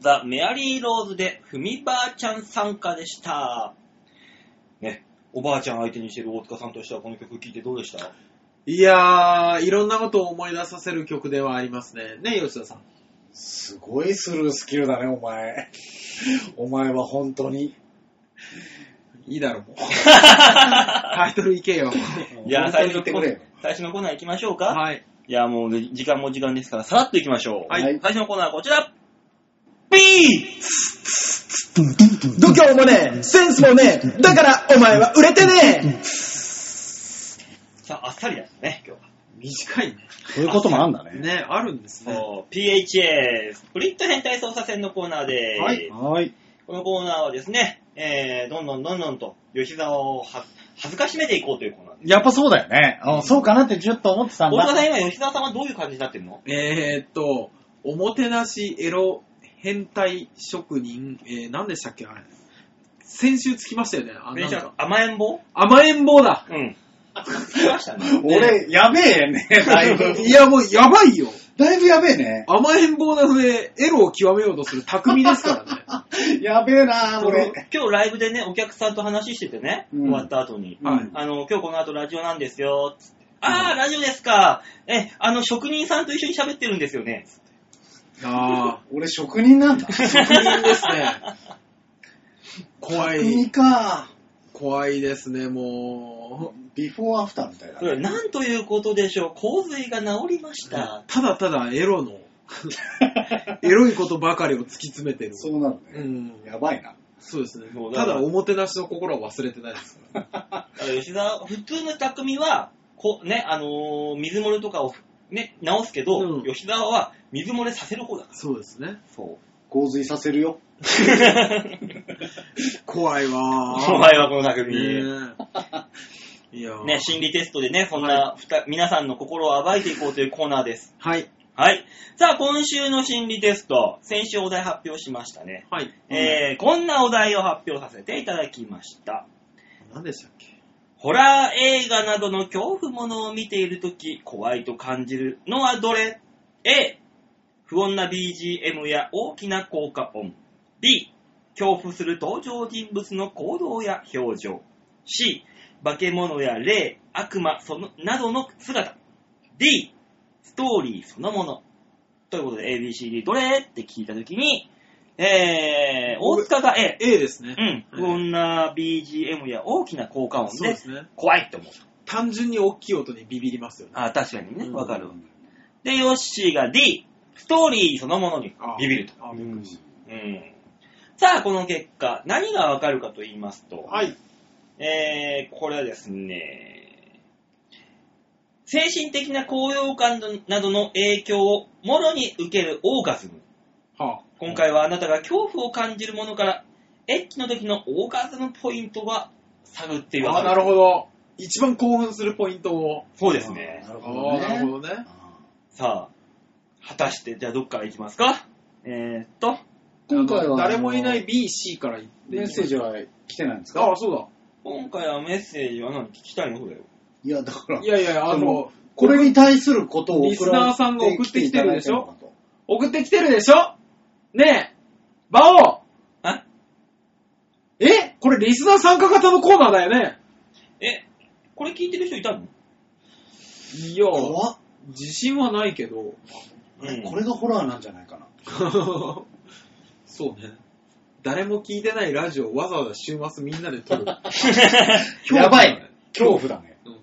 ザ・メアリー・ローズで、ふみばあちゃん参加でした。ね、おばあちゃん相手にしてる大塚さんとしてはこの曲聴いてどうで したいやー、いろんなことを思い出させる曲ではありますね。ね、吉田さん。すごいスルースキルだね、お前。お前は本当に。いいだ ろ、もう。タイトルいけ よ。いや、本当最初に言のってコくれよー。最初のコーナー行きましょうか。はい。いや、もうね、時間も時間ですから、さらっと行きましょう。はい最初のコーナーはこちら。B! 度胸もねえ、センスもねえ、だからお前は売れてねさあ、あっさりだったね、今日は。短いね。そういうこともあんだね。ね、あるんですね。そう、PHA、スプリット変態操作戦のコーナーです。はいはい。このコーナーはですね、えー、どんどんどんどんと、吉沢をは恥ずかしめていこうというコーナーです。やっぱそうだよね。あそうかなってちょっと思ってたん大塚だ。さん、今、吉沢さんはどういう感じになってるのえーっと、おもてなしエロ変態職人、えー、何でしたっけあれ。先週つきましたよね。あ、なん電車か。甘えん坊甘えん坊だ。うん。聞きましたね。俺、やべえね、だいぶ。 いや、もうやばいよ。だいぶやべえね。甘えん坊な上、エロを極めようとする匠ですから ね。やべえな、俺。今日ライブでね、お客さんと話しててね、うん終わった後に。はい。あの、今日この後ラジオなんですよ、つって。あー、ラジオですか。え、あの、職人さんと一緒に喋ってるんですよね。あ俺、職人なんだ。あ、職人ですね。怖職い人。か。怖いですね、もう。ビフォーアフターみたいだそれね。なんということでしょう。洪水が治りました。ただただエロの、エロいことばかりを突き詰めてる。 そうなのうね。ん。やばいな。そうですねそう。だたからだ、おもてなしの心は忘れてないですから。だから吉沢、普通の匠は、こう、ね、あのー水漏れとかを、ね、直すけど、うん吉沢は水漏れさせる方だから。そうですね。 そう。洪水させるよ。怖いわー。お前はこの匠。ねえいやーね、心理テストでね、そんなふた、皆さんの心を暴いていこうというコーナーです。はい。はい。さあ、今週の心理テスト、先週お題発表しましたね。はい。えーこんなお題を発表させていただきました。何でしたっけホラー映画などの恐怖ものを見ているとき、怖いと感じるのはどれ ?A、不穏な BGM や大きな効果音。B、恐怖する登場人物の行動や表情。C、化け物や霊、悪魔そのなどの姿。D、ストーリーそのもの。ということで ABCD どれって聞いたときに、えー、大塚が A。 A ですね。うん、はいこんな BGM や大きな効果音そうでですね。怖いって思う。単純に大きい音にビビりますよね。あ確かにね、うんわかるわ。で、ヨッシーが D、ストーリーそのものにあービビると。あー、びっくりしうんさあ、この結果、何がわかるかと言いますと、た。はい。えー、これはですね、精神的な高揚感などの影響をもろに受けるオーガズム。は今回はあなたが恐怖を感じるものから、エッチの時のオーガズムポイントは探っていあ。まあー、す。なるほど。一番興奮するポイントを。そうですね。なるあほどあ、ね。なるほどね。さあ、果たして、じゃあどっから行きますかえー、っと、今回は誰もいない B、C から言って。メッセージは来てないんですあかあ、そう今回はメッセージは何聞きたいのそうだよ。いや、だからだ。い、やいや、あそのの、これに対することを送らリスナーさんが送ってきてるでしょ送ってきていただ送ってきてるいたのかとでしょねえ、バオあえこれリスナー参加型のコーナーだよねえ、これ聞いてる人いたのいや、怖っ自信はないけど。うん これがホラーなんじゃないかな。 そうね。誰も聞いてないラジオをわざわざ週末みんなで 撮る。やばい恐怖だね。うん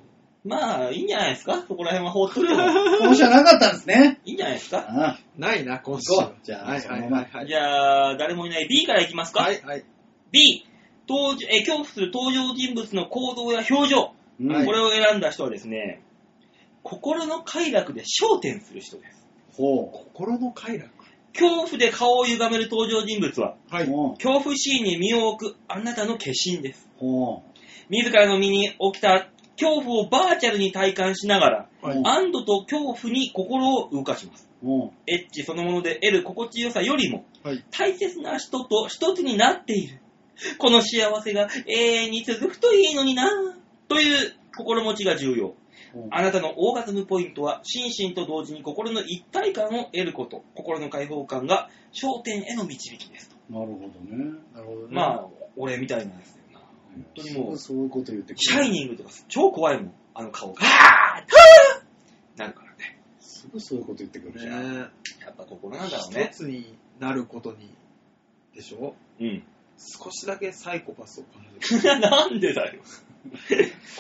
まあ、いいんじゃないですかそこら辺は放っといて も。このじゃなかったんですね。いいんじゃないですかあないな、今週そう。じゃあはいそはのいまはまいはい。じゃあ、誰もいない B から行きますか、はいはい。 ?B、登場え恐怖する登場人物の行動や表情。うんこれを選んだ人はですね、心の快楽で焦点する人です。ほ心の快楽。恐怖で顔を歪める登場人物は、う。はい。ほう。恐怖シーンに身を置くあなたの化身です。ほ自らの身に起きた恐怖をバーチャルに体感しながら、はい安堵と恐怖に心を動かします。う。ほエッチそのもので得る心地よさよりも、はい大切な人と一つになっている。この幸せが永遠に続くといいのになぁという心持ちが重要。うんあなたのオーガズムポイントは、心身と同時に心の一体感を得ること、心の解放感が焦点への導きですと。なるほどね。なるほどね。まあ、俺みたいなやつだよな。本当にもう、シそういうこと言ってくャる。イニングとか超怖いもん、あの顔が。はぁ なるからね。すぐそういうこと言ってくるじゃん。ねやっぱ心なんだろう一ね。つになることに、でしょうん。少しだけサイコパスを感じ る。なんでだよ。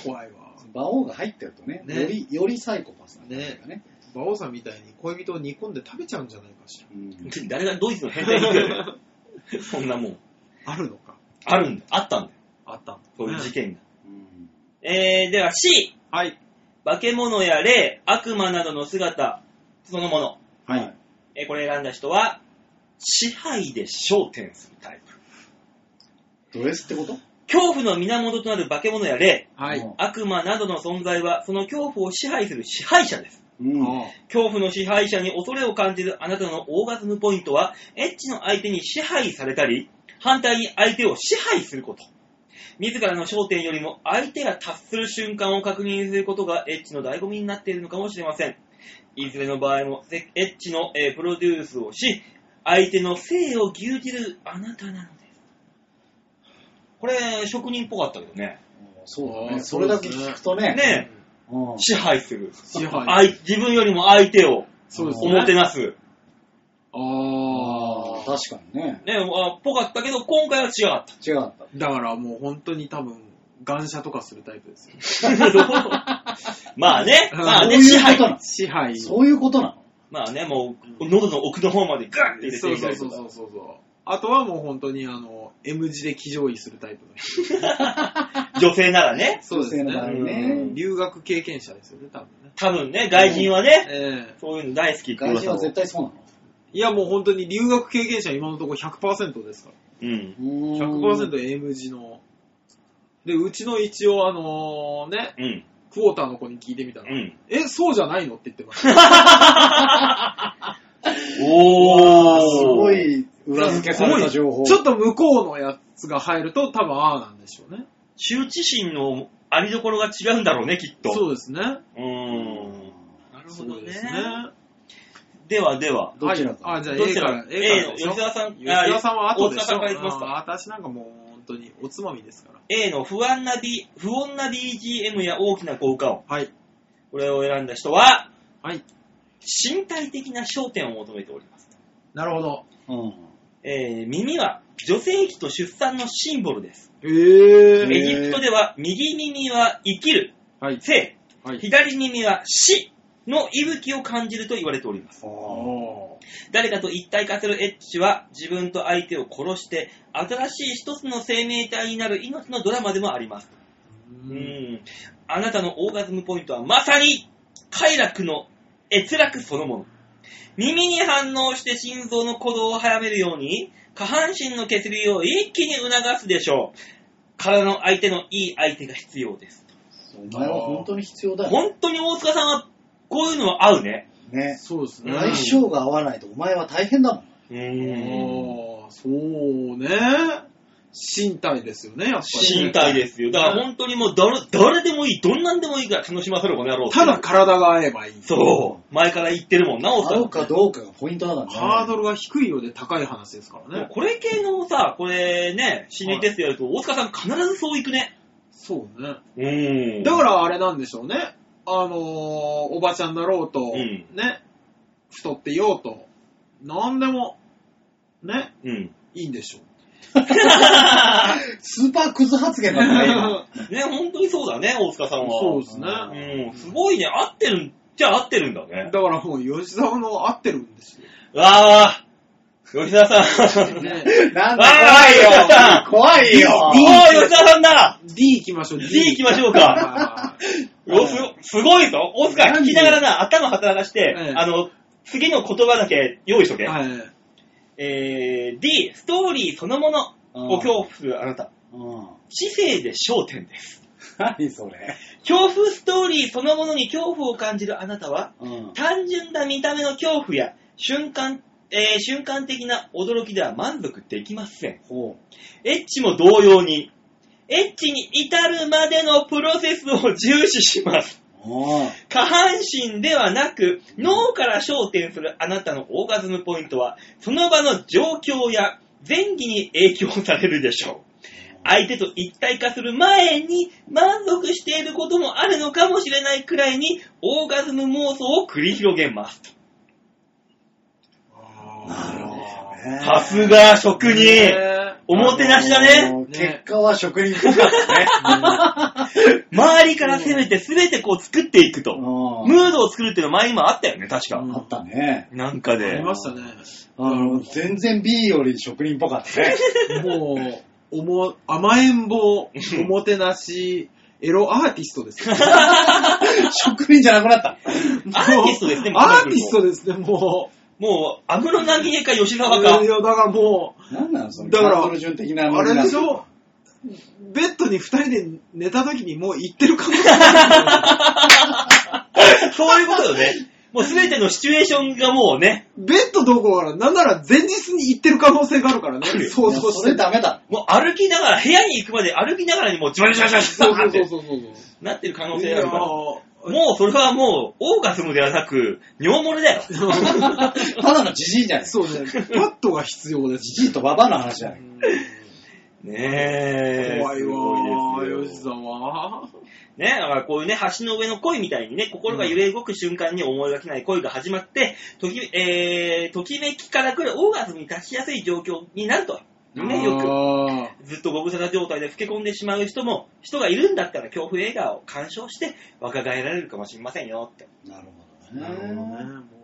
怖いわ。馬王が入ってるとね、ねより、よりサイコパスなんだよね。馬王さんみたいに恋人を煮込んで食べちゃうんじゃないかしうん誰がドイツの変態に行くよ。 そんなもん。ら。あるのか。あるんだ。あったんだよ。あったのそういう事件が。うんえー、では C。はい。化け物や霊、悪魔などの姿そのもの。はい。えーこれ選んだ人は、支配で焦点するタイプ。ドレスってこと恐怖の源となる化け物や霊、はい。うん悪魔などの存在は、その恐怖を支配する支配者です。うん。恐怖の支配者に恐れを感じるあなたのオーガズムポイントは、エッチの相手に支配されたり、反対に相手を支配すること。自らの焦点よりも相手が達する瞬間を確認することがエッチの醍醐味になっているのかもしれません。いずれの場合も、エッチの、えープロデュースをし、相手の性を牛耳るあなたなのです。これ、職人っぽかったけどね。そうだあーね。それだけ聞くとね。ねうんえ、支配する。支配。相自分よりも相手を、そうですおね。もてなす。あああ、あ。確かにね。ね、あぽかったけど、今回は違かっ 違かった。だからもう本当に多分、感謝とかするタイプですよ。た。まあね、うんまあそうね、い支うこと配。なの支配。そういうことなのまあね、もう、喉の奥の方までガッて入れてそうみたそうりそとうかそうそうそう。あとはもう本当にあの、M 字で騎乗位するタイプの人。女性ならね、そうです女性の場合ね。ね。留学経験者ですよね、多分ね。多分ね、外人はね、ええそういうの大好きって外人噂はを絶対そうないやもう本当に留学経験者今のところ100%ですから。うん。の。 100%。M 字の。で、うちの一応あのね、うん。クォーターの子に聞いてみたら、うん。え、そうじゃないのって言ってました。おー。すご。い裏付けされた情報。ちょっと向こうのやつが入ると多分ああなんでしょうね。羞恥心のありどころが違うんだろうね、きっと。そうですね。なう。ん。なるほどですね。ではでは、どちらかはいあ、じゃあど A ちからら、A から A のでしょ吉沢さん吉沢さんは後でしょ。大塚さんからいきますかあー私なんかもう本当におつまみですから。 A の不安な B、不穏な BGM や大きな効果音。はい。これを選んだ人は、はい。身体的な焦点を求めております。なるほど。うん。えー耳は女性器と出産のシンボルです。えぇエージプトでは右耳は生きる、はい。生、はい。左耳は死の息吹を感じると言われております。あお誰かと一体化するエッチは自分と相手を殺して新しい一つの生命体になる命のドラマでもあります。うーんあなたのオーガズムポイントはまさに快楽の閲楽そのもの。耳に反応して心臓の鼓動を早めるように、下半身の血流を一気に促すでしょう。体の相手のいい相手が必要です。お前は本当に必要だよ。本当に大塚さんは、こういうのは合うね。ね。そうですね。うん相性が合わないとお前は大変だもん。うああ、そうね。身体ですよね、やっぱり、身体ですよ。だから本当にもう誰、誰でもいい、どんなんでもいいから楽しませろ、この野郎ってただ体が合えばいい。そう。前から言ってるもんな、大合塚うかどうかがポイントだからハーね。ドルが低いようで高い話ですからね。これ系のさ、これね、心理テストやると、大塚さん必ずそういくね。そうね。うんだからあれなんでしょうね。あのー、おばちゃんだろうと、んね、太ってようと、なんでも、ね、うん。いいんでしょう。スーパーク ズ発言だ ったね今。 ね、本当にそうだね、大塚さんは。そうですね。あーうん、すごいね、合ってる、じゃあ合ってるんだねだ。からもう吉沢の合ってるんですよ。わあ吉田さん。ね、 なんあだー怖いよお怖ー、いよ吉田さんだ D 行きましょう、 !D 行きましょう はいか。はおす、すごいぞ大塚、聞きながらな、頭働かしてええ、あの、次の言葉だけ用意しとけい。。はいえー、D、ストーリーそのものを恐怖するあなた。うん知性で焦点です。何それ。恐怖ストーリーそのものに恐怖を感じるあなたは、うん単純な見た目の恐怖や瞬間、えー瞬間的な驚きでは満足できません。ほエッチも同様に、エッチに至るまでのプロセスを重視します。う。うん下半身ではなく、脳から焦点するあなたのオーガズムポイントは、その場の状況や前期に影響されるでしょう。相手と一体化する前に満足していることもあるのかもしれないくらいに、オーガズム妄想を繰り広げます。なるほどね。さすが職人、ねおもてなしだね。もう結果は職人風格ですね。周りから攻めて全てこう作っていくと。 うんムードを作るっていうのは前にもあったよね、確うか。あったね。なんかあでり。ましたね。あの、全然 B より職人っぽかった ね。もう、おも、甘えん坊、おもてなし、エロアーティストですよ。職人じゃなくなった。 アーティストですね、アーティストですね、もう。もう、安室奈美恵か吉沢かい。や、だからもなんなのその、だからカートル順的う、なあノリれなんでてしょベッドに二人で寝た時にもう行ってる可能性あるそういうことよね。もうすべてのシチュエーションがもうね、ベッドどころか、なんなら前日に行ってる可能性があるからね。い想や像しそてれ。ダメだ。もう歩きながら、部屋に行くまで歩きながらにもう、ジュワジュワジュワジそうュそワうってそうそう。なってる可能い性があやるから。もうそれはもう、オーガズムではなく、尿漏れだよ。ただのジジイじゃない。そうね、パッドが必要だジし。ジイとババアの話じゃない。ねえ。怖いすわごいー、です吉よ沢。ねだからこういうね、橋の上の恋みたいにね、心が揺れ動く瞬間に思いがけない恋が始まって、とき、えー、ときめきから来るオーガズムに達しやすい状況になると。ね、よく。く。ずっとご無沙汰状態で老け込んでしまう人も、人がいるんだったら恐怖映画を鑑賞して若返られるかもしれませんよって。なるほなるほどね。どね。も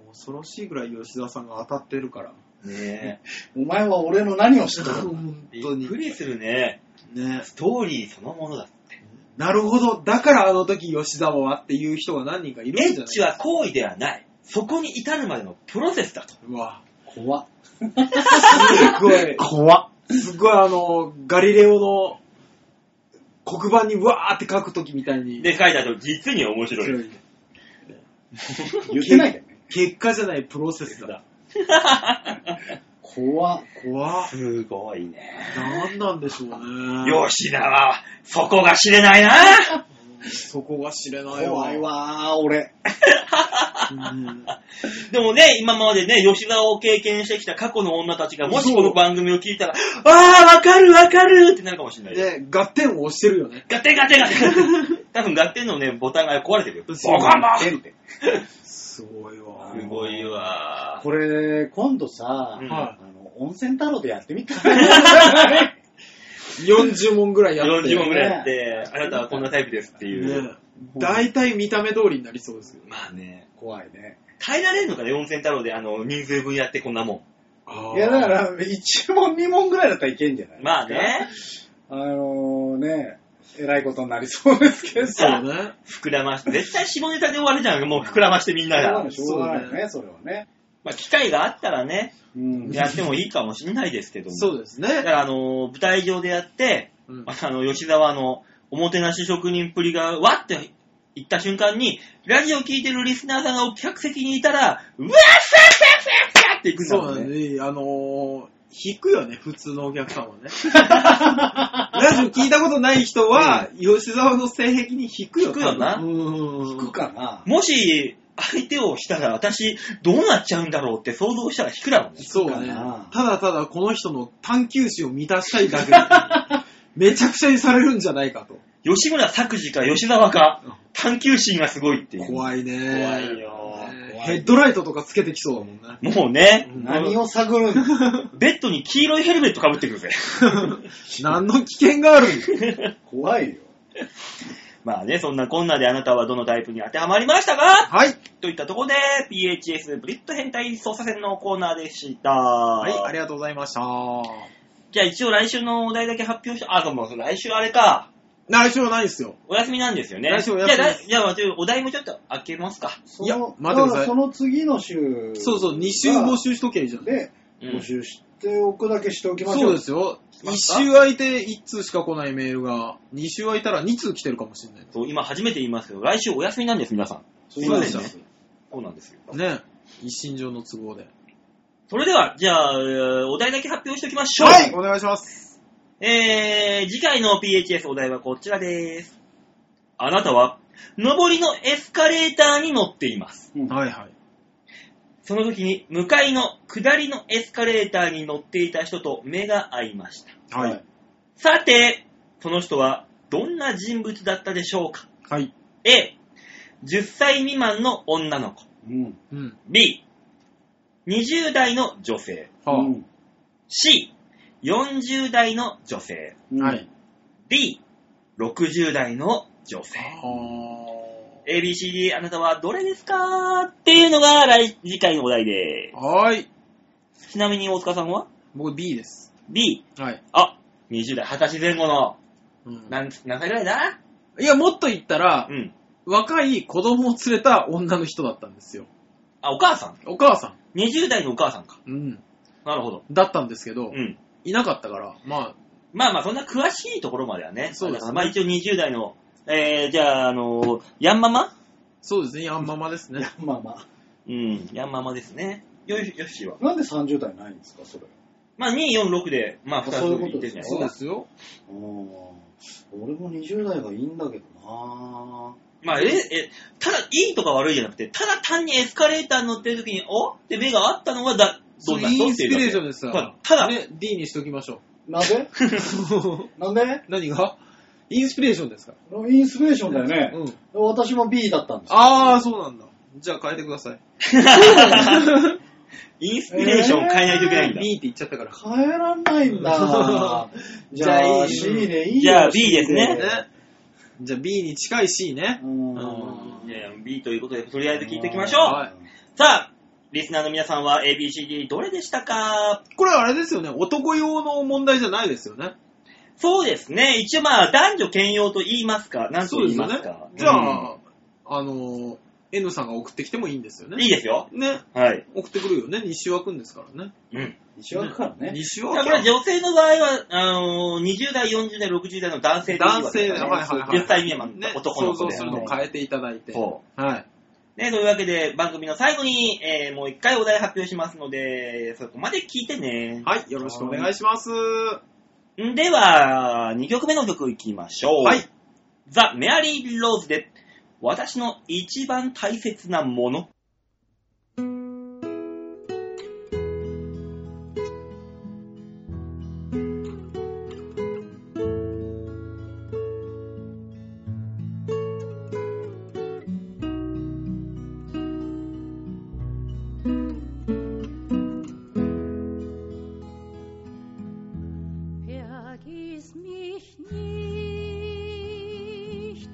う恐ろしいぐらい吉田さんが当たってるから。ねお前は俺の何を知ってるの本え。び当っにく。りするね。ね。ストーリーそのものだ。なるほど。だからあの時吉沢はっていう人が何人かいるんじゃエないッチは行為ではない。そこに至るまでのプロセスだと。うわ。怖っ。すごい。怖っ。すごいあの、ガリレオの黒板にわーって書く時みたいに。で、書いたと実に面白 い。言ってないけどね。結果じゃないプロセスだ。怖っ。怖っ。すごいね。なんなんでしょうね。吉田は、そこが知れないな。そこが知れないわ。怖いわー、俺。うん。でもね、今までね、吉田を経験してきた過去の女たちが、もしこの番組を聞いたら、あー、わかるわかるってなるかもしれないよ。 で、合点を押してるよね。ガテンガテンガテン。 多分ガテンのね、ボタンが壊れてるよ。ボコンボてんてすごいわ。すごいわこれ、今度さ、うんあの、温泉太郎でやってみた 40問ぐらいやって。 40問ぐらいやって、あなたはこんなタイプですっていう。ね大体見た目通りになりそうですけどね。まあね、怖いね。耐えられるのかね、温泉太郎で、あの、人数分やってこんなもいや、だから、1問2問ぐらいだったらいけんじゃないん。まあね、あのー、ね、えらいことになりそうです けど。そうね。膨らまして、絶対下ネタで終わるじゃん、もう膨らましてみんなが。しょうがないよね、それはね。まあ、機会があったらね、うん。やってもいいかもしんないですけども。 そうですだかね。ら、あの、舞台上でやって、うんまたあの、吉沢の、おもてなし職人っぷりが、わって言った瞬間に、ラジオ聞いてるリスナーさんがお客席にいたら、うわっせっせっせっせっっていくんだそうもんだね。ね。あのー、引くよね、普通のお客さんは ね。ラジオ聞いたことない人は、吉沢の性癖に引くよ。引くよな多分うん。聞くかな。もし、相手をしたら私、どうなっちゃうんだろうって想像したら引くだろうね。そう引くねかな。ただただこの人の探求心を満たしたいだ けだ。めちゃくちゃにされるんじゃないかと。吉村作治か吉沢かうん、探求心がすごいっていう。怖いね。怖いよね怖いヘッドライトとかつけてきそうだもんね。もうね、何を探るんだベッドに黄色いヘルメット被ってくる ぜ。何の危険があるんだ怖いよ。まあね、そんなこんなであなたはどのタイプに当てはまりましたかはい。といったところで、PHS ブリッド変態操作戦のコーナーでした。はい、あはりがとうございました。じゃあ一応来週のお題だけ発表して、あ、でも来週あれか。来週はないですよ。お休みなんですよね。来週お休みじゃあで来、じゃあ待ってお題もちょっと開けますか。そのいや待ってくださいその次の週。そうそう、2週募集しとけばいいじゃん。で、うん募集しておくだけしておきましょう。そうですよ。1ますか週空いて1通しか来ないメールが、2週空いたら2通来てるかもしれない。そう、今初めて言いますけど、来週お休みなんです、皆さん。すいませんねそうでしそうなんですよ。ね。一心上の都合で。それでは、じゃあ、えーお題だけ発表しておきましょう。はい、お願いします。えー、次回の PHS お題はこちらです。あなたは上りのエスカレーターに乗っています。はいはい。その時に、向かいの下りのエスカレーターに乗っていた人と目が合いました。はい。さて、その人はどんな人物だったでしょうかはい。 ?A、10歳未満の女の子。うん。うん。 B、20代の女性。はあ。うん C、40代の女性。うんはい。 D、60代の女性。は ABCD、あなたはどれですかっていうのが来次回のお題であ。はーい。す。ちなみに大塚さんは僕 B です。 ?B、はい。あ、20代、20歳前後の、うんなん何歳ぐらいだいや、もっと言ったらう、ん。若い子供を連れた女の人だったんですよ。あ、お母さん。お母さ20代のお母さんか。ん。うん。なるほど。だったんですけど、うん。いなかったから、ままあまあ、そんな詳しいところまではね。そうですねまあ一応20代の、えー、じゃあ、あのー、ヤンママあ、そうですね、ヤンママですね。まあまうん、ヤンママですね。よし、よしは。あ。なんで30代ないんですか、それ。まあ、2、4、6で、まあ、2つそういうこと言ってるじゃないですそうかで。すよ。あー俺も20代がいいんだけどなまあ、え、え、ただ、いいとか悪いじゃなくて、ただ単にエスカレーターに乗ってる時に、おって目があったのが、だ、どそんうなイ人ンっスてピいうだけレーションですから。ただね、D にしときましょなんでう。なんで何がインスピレーションですかインスピレーションだよら。ね。うん。私も B だったんですよああ、そうなんだ。じゃあ変えてください。 インスピレーションを変えないといけないんだ。 B って言っちゃったから。変えらんないんだ。じゃあ、じ C ゃあいいでいいよじゃあ B ですね C ね。じゃあ B に近い C ねう。ん。いやいや B ということで、とりあえず聞いていきましょう。はいさあ、リスナーの皆さんは ABCD どれでしたかこれあれですよね、男用の問題じゃないですよね。そうですね。一応まあ、男女兼用と言いますか、なんとそうで言いすよますねか。。じゃあ、あのー、N さんが送ってきてもいいんですようん、いね。いですよ。ね。はい。送ってくるよね。西尾くんですからね。うん。西枠からね。西だ尾から女性の場合は、あのー、20代、40代、60代の男性という男わけ性でだすねよはいはいはい。 10歳未満の男の子想で像するのを変えていただいて。そはい。ね、というわけで、番組の最後に、えーもう一回お題発表しますので、そこまで聞いてね。はい、よろしくお願いします。はでは、2曲目の曲いきましょう。い。。ザ・メアリー・ローズで、私の一番大切なもの。 Vergiss mich nicht,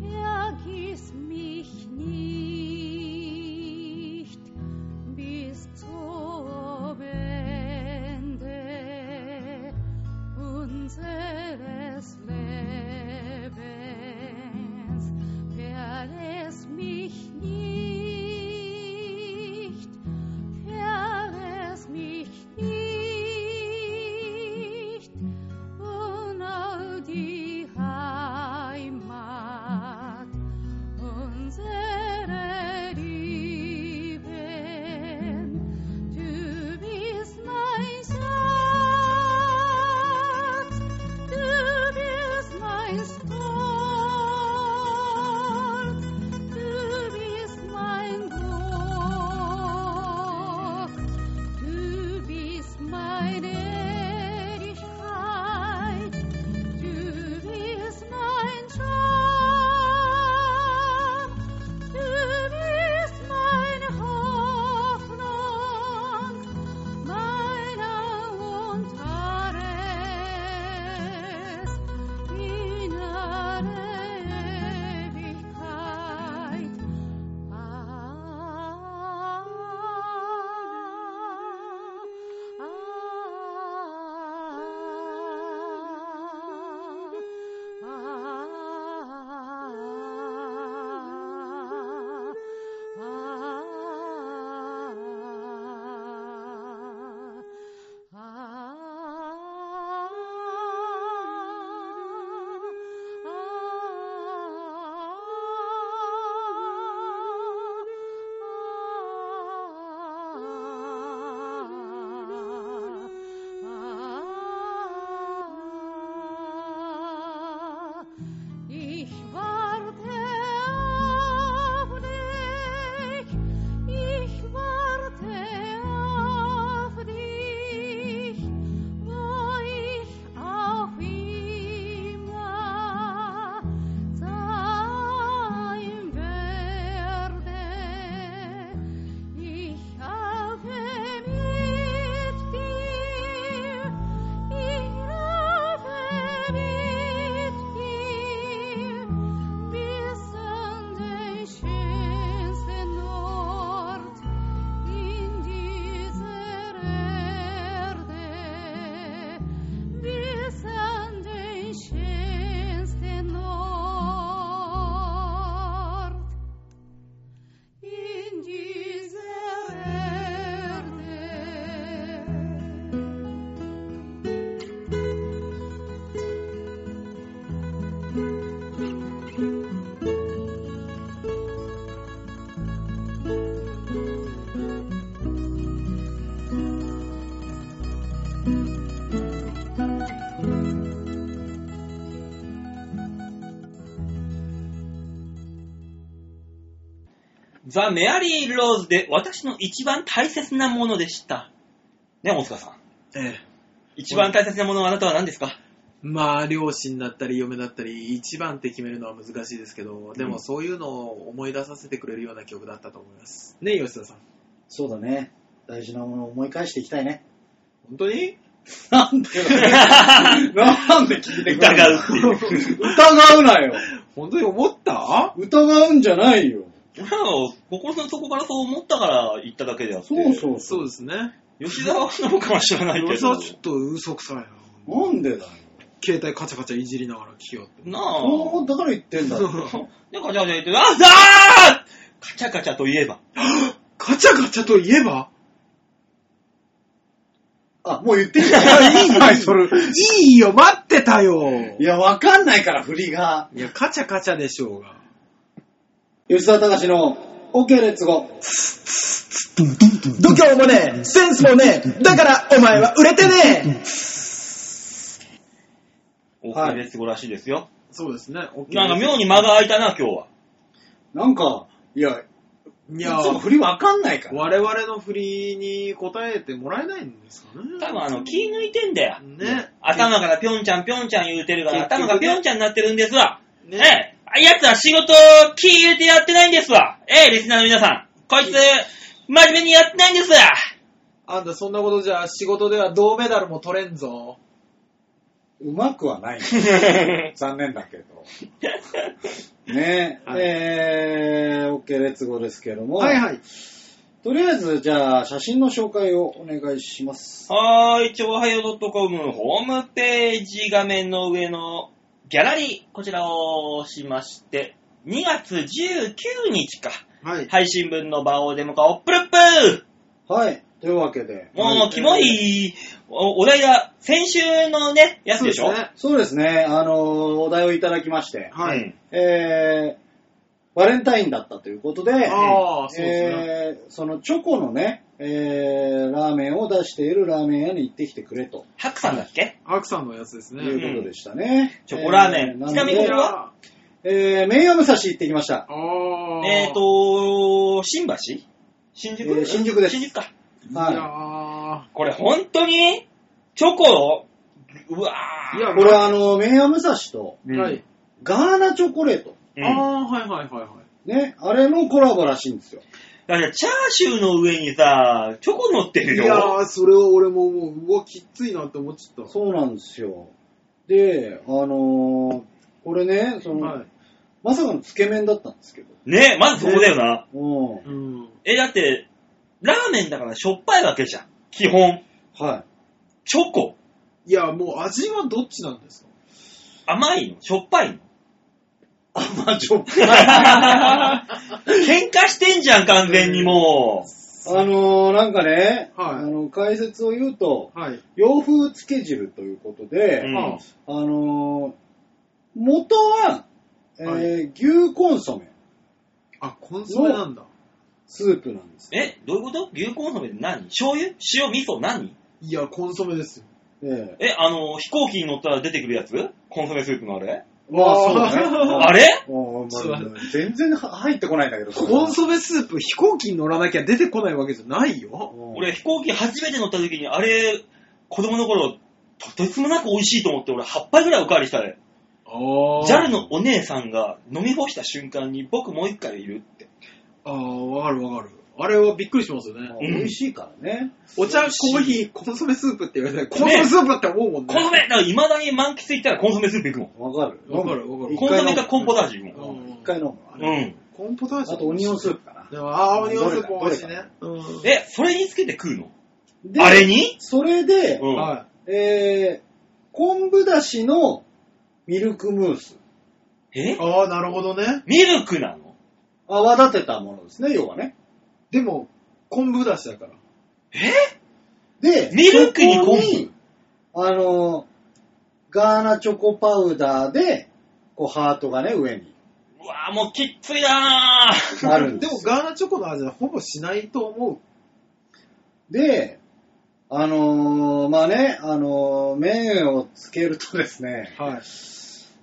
vergiss mich nicht. Ah, ah, ah. ザ・メアリー・ローズで私の一番大切なものでした。ね、大塚さん。ええ。一番大切なものはあなたは何ですかまあ、両親だったり、嫁だったり、一番って決めるのは難しいですけど、でうんもそういうのを思い出させてくれるような曲だったと思います。ねえ、吉田さん。そうだね。大事なものを思い返していきたいね。本当になんでよなんで聞いてくれ疑るうっていう。の疑うなよ。本当に思った疑うんじゃないよ。俺らが心の底からそう思ったから言っただけであって。そうそうそそうう。ですね。吉沢なのかは知らないけ吉田どは。ちょっと嘘くさいな。なんでだよ。携帯カチャカチャいじりながら聴きよって。 なそうあ思。ったから言ってんだ。で、カチャカチャ言って、ああカチャカチャといえば。カチャカチャといえ ばあ、もう言ってん じゃん。いいよ、それ。いいよ、待ってたよいや、わかんないから、振りが。いや、カチャカチャでしょうが。吉沢隆の OK レッツゴー。度胸もねえ、センスもねえ、だからお前は売れてねオはいーケーレッツゴーらしいですよ。そうですね。OK なんか妙に間が空いたな、今日は。なんか、いや、いいや、つも振りわかんないから。我々の振りに答えてもらえないんですかね。多分あの、気抜いてんだよ。ね。頭からぴょんちゃんぴょんちゃん言うてるから、結局頭ねがぴょんちゃんになってるんですわ。ねええ。あやつは仕事、気入れてやってないんですわ。ええ、リスナーの皆さん。こいつ、真面目にやってないんですわ。あんたそんなことじゃ仕事では銅メダルも取れんぞ。うまくは ない。残念だけど。ねえ、はいえー、OK レッツゴーですけども。はいはい。とりあえず、じゃあ、写真の紹介をお願いします。はーい、ちょうはよ .com ホームページ画面の上のギャラリー、こちらを押しまして、2月19日か、はい。配信分の場をデモ化をプルップはい。というわけで。もう、キモい、おお題が、先週のね、やつでしょそうですねそうですね、あのーお題をいただきまして、はうい。んえー、バレンタインだったということで、ああ、そうですね。えーそのチョコのね、えー、ラーメンを出しているラーメン屋に行ってきてくれとハクさんだっけアクさんのやつですいね。うことでしたね。チョコラーメンえちなみにこれなはのあでえー、名誉武蔵行ってきました。あー。えっ、ー、と、新橋新宿、えー新宿です新宿か。いやはこれ本当にチョコをうわー。ーいや、い。これはあの、名誉武蔵と、うんはい。ガーナチョコレート。うんああー、はいはいはいはい。ね、あれのコラボらしいんですよ。だからチャーシューの上にさ、チョコ乗ってるいよ。やー、それは俺ももう、うわ、きついなって思っちゃった。そうなんですよ。で、あのーこれね、その、はい。まさかのつけ麺だったんですけど。ねまずそこだよな。うん。うん。え、だって、ラーメンだからしょっぱいわけじゃん。基本。はチョコ。いや、もう味はどっちなんですか甘いのしょっ ぱいのい。甘じょっ喧嘩してんじゃん、完全にもあのーなんかね、はいあの、解説を言うと、はい。洋風つけ汁ということう。うで、んああのー元は、えー牛コンソメ、あ、コンソメなんだ。スープなんです。え、どういうこと牛コンソメって何醤油塩味噌何いや、コンソメですよ。ええ、あの、飛行機に乗ったら出てくるやつコンソメスープのあれえまあ、そうだね。あれもうまあそうだね全然入ってこないんだけど。コンソメスープ、飛行機に乗らなきゃ出てこないわけじゃないよ。うん俺飛行機初めて乗った時にあれ子供の頃とてつもなく美味しいと思って俺8杯ぐらいおかわりしたでああ JAL のお姉さんが飲み干した瞬間に僕もう一回いるってああ、わかるわかる。あれはびっくりしますよね。まあ美味しいからね。お茶、コーヒー、コンソメスープって言われて、コンソメスープって思うもんね。コンソメだから未だに満喫行ったらコンソメスープ行くもんわかる。わかるわかる一コン回ソ飲むメかコンポタージュ行くもん一回飲む。あれうんコンポタージュ。あと、オニオンスープかな。でもああ、オニオンスープ美味しいね。うん。えそれにつけて食うのであれにそれで、うんはえー、昆布だしのミルクムース。えい。ああ、なるほどね。ミルクなの泡立てたものですね、要はね。でも、昆布だしだから。で、ミルクにそ昆こ布にあの、ガーナチョコパウダーで、こう、ハートがね、上にうわぁもうきっついなぁあるんででも、すよ。ガーナチョコの味はほぼしないと思う。で、あのーまあね、あのー麺をつけるとですね、は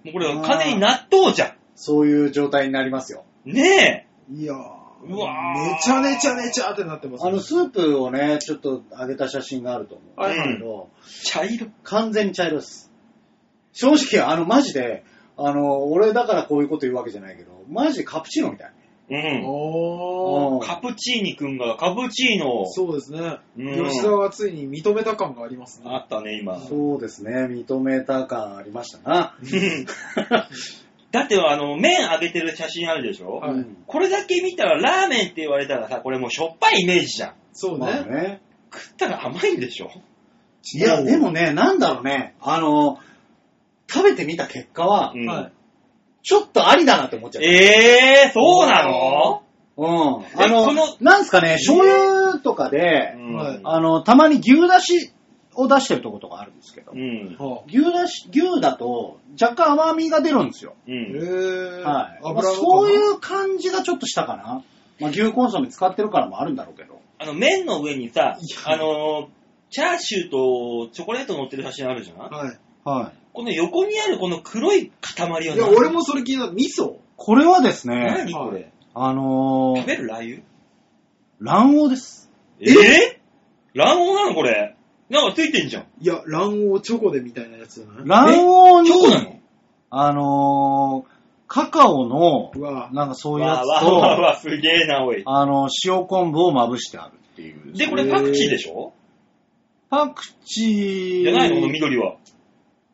い。もうこれ完全に納豆じゃそういう状態になりますよ。んねいやーうわーめちゃめちゃめちゃってなってますあね、の、スープをね、ちょっと上げた写真があると思うんですけど、茶色。完全に茶色です。正直、あの、マジで、あの、俺だからこういうこと言うわけじゃないけど、マジでカプチーノみたい。うん。おー。うんカプチーニくんがカプチーノをそうですね。うん吉沢はついに認めた感がありますあね。ったね、今。そうですね、認めた感ありましたな。 だって、あの、麺揚げてる写真あるでしょ、はいうんこれだけ見たらラーメンって言われたらさ、これもうしょっぱいイメージじゃん。そうまあね。ね。食ったら甘いんでしょいや、でもね、なんだろうね、あの、食べてみた結果は、うんはい。ちょっとありだなって思っちゃった。ええー、そうなのうん。えあのこの、なんすかね、醤油とかうで、んはいあの、たまに牛だしを出してるとことかあるんですけどう、ん。はあ牛だし、牛だと若干甘みが出るんですよ。うへん。ー。はい。まあ油のそういう感じがちょっとしたかな。まあ、牛コンソメ使ってるからもあるんだろうけど。あの、麺の上にさ、あの、チャーシューとチョコレート乗ってる写真あるじゃんはい。はこの横にあるこの黒い塊はい何や、俺もそれ気になる。味噌い。これはですね、何これあの食ー、べるラー油卵黄です。えー、卵黄なのこれ。なんかついてんじゃん。いや、卵黄チョコでみたいなやつじゃない卵黄チョコなに、のあのー、カカオの、うわなんかそういうやわあつわあわあと、わあ、すげえな、おい。あの、塩昆布をまぶしてあるっていう。で、これパクチーでしょパクチー。じゃないのこの緑は。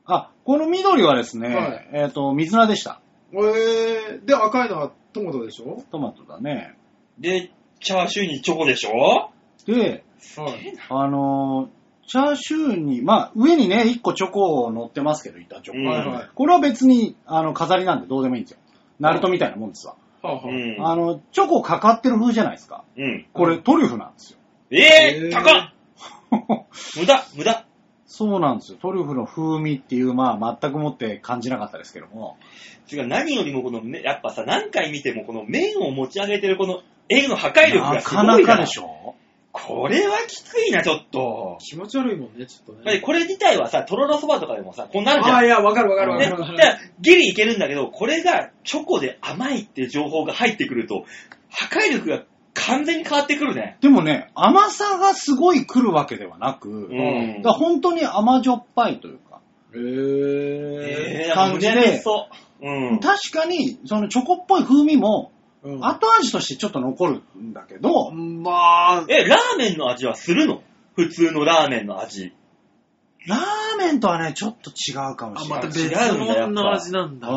あ、この緑はですね、はいえっ、と、水菜でした。えー。で、赤いのはトマトでしょトマトだね。で、チャーシューにチョコでしょで、はい。あのーチャーシューに、まあ、上にね、1個チョコを乗ってますけど、板チョコ。うんはいはい。はこれは別に、あの、飾りなんでどうでもいいんですよ。ナルトみたいなもんですわ。あうはん。あの、チョコかかってる風じゃないですか。うん。これ、トリュフなんですよ。えー、えー高っ無駄、無駄。そうなんですよ。トリュフの風味っていう、まあ、全くもって感じなかったですけども。違う、何よりもこのめ、やっぱさ、何回見てもこの麺を持ち上げてるこの絵の破壊力がなすかごいなかでしょこれはきついな、ちょっとい。。気持ち悪いもんね、ちょっとだってね。これ自体はさ、とろろそばとかでもさ、こうなるじあゃあ、ん。いや、わかるわかるわかね、るだわかかる。らギリいけるんだけど、これがチョコで甘いっていう情報が入ってくると、破壊力が完全に変わってくるね。でもね、甘さがすごい来るわけではなく、うん。だから本当に甘じょっぱいというか、へー。えー、感じで無駄にそう。うん。確かにそのチョコっぽい風味もうん後味としてちょっと残るんだけど、まあ、 え、ラーメンの味はするの普通のラーメンの味。ラーメンとはね、ちょっと違うかもあしれまない。たうん別の味なんだ。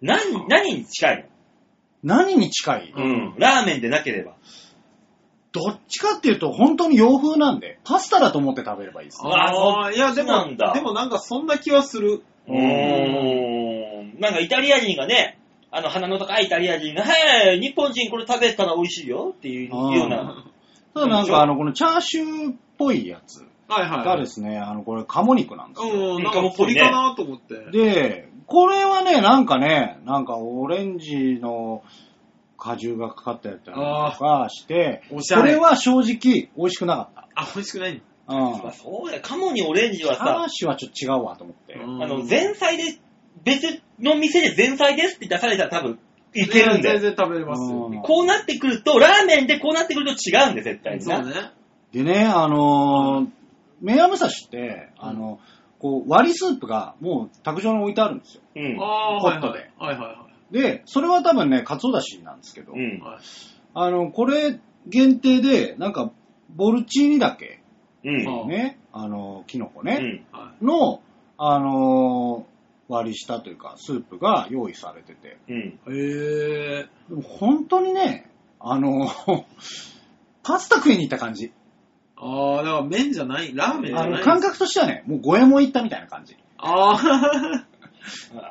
何、何に近い何に近い、のうん。ラーメンでなければ。どっちかっていうと本当に洋風なんで、パスタだと思って食べればいいです。あああ、いや、そでうなも、んだでもなんかそんな気はする。 うーん。なんかイタリア人がね、あの鼻の高いイタリア人が、はい、日本人これ食べたら美味しいよっていうような。ただなんかあの、このチャーシューっぽいやつはいはいがですね、あの、これ鴨肉なんですよ。うん、なんか鳥かなと思って。で、これはね、なんかね、なんかオレンジの果汁がかかったやつとかして、おしゃこれ。れは正直美味しくなかった。あ、美味しくないんだうん。まあそうだよ。カモにオレンジはさ、話はちょっと違うわと思って。あの、前菜で、別の店で前菜ですって出されたら多分いけるんだ全よ。然食べれますよ。うんこうなってくると、ラーメンでこうなってくると違うんで、絶対にそな。うね。でね、あのー、メアムサシって、あの、こう、割りスープがもう卓上に置いてあるんですよ。うん。ああ、ホはいットはでい。はいはで、それは多分ね、カツオだしなんですけど、うんい。。はあの、これ限定で、なんか、ボルチーニだけ、うん。あね、あの、キノコうね、ん。い。はいの、あのー割り下というか、スープが用意されてて、うん。へえ。でも本当にね、あのー パスタ食いに行った感じ。ああ、だから麺じゃないラーメンじあゃの、ない感覚としてはね、もう五右衛門行ったみたいな感じ。ああ、あー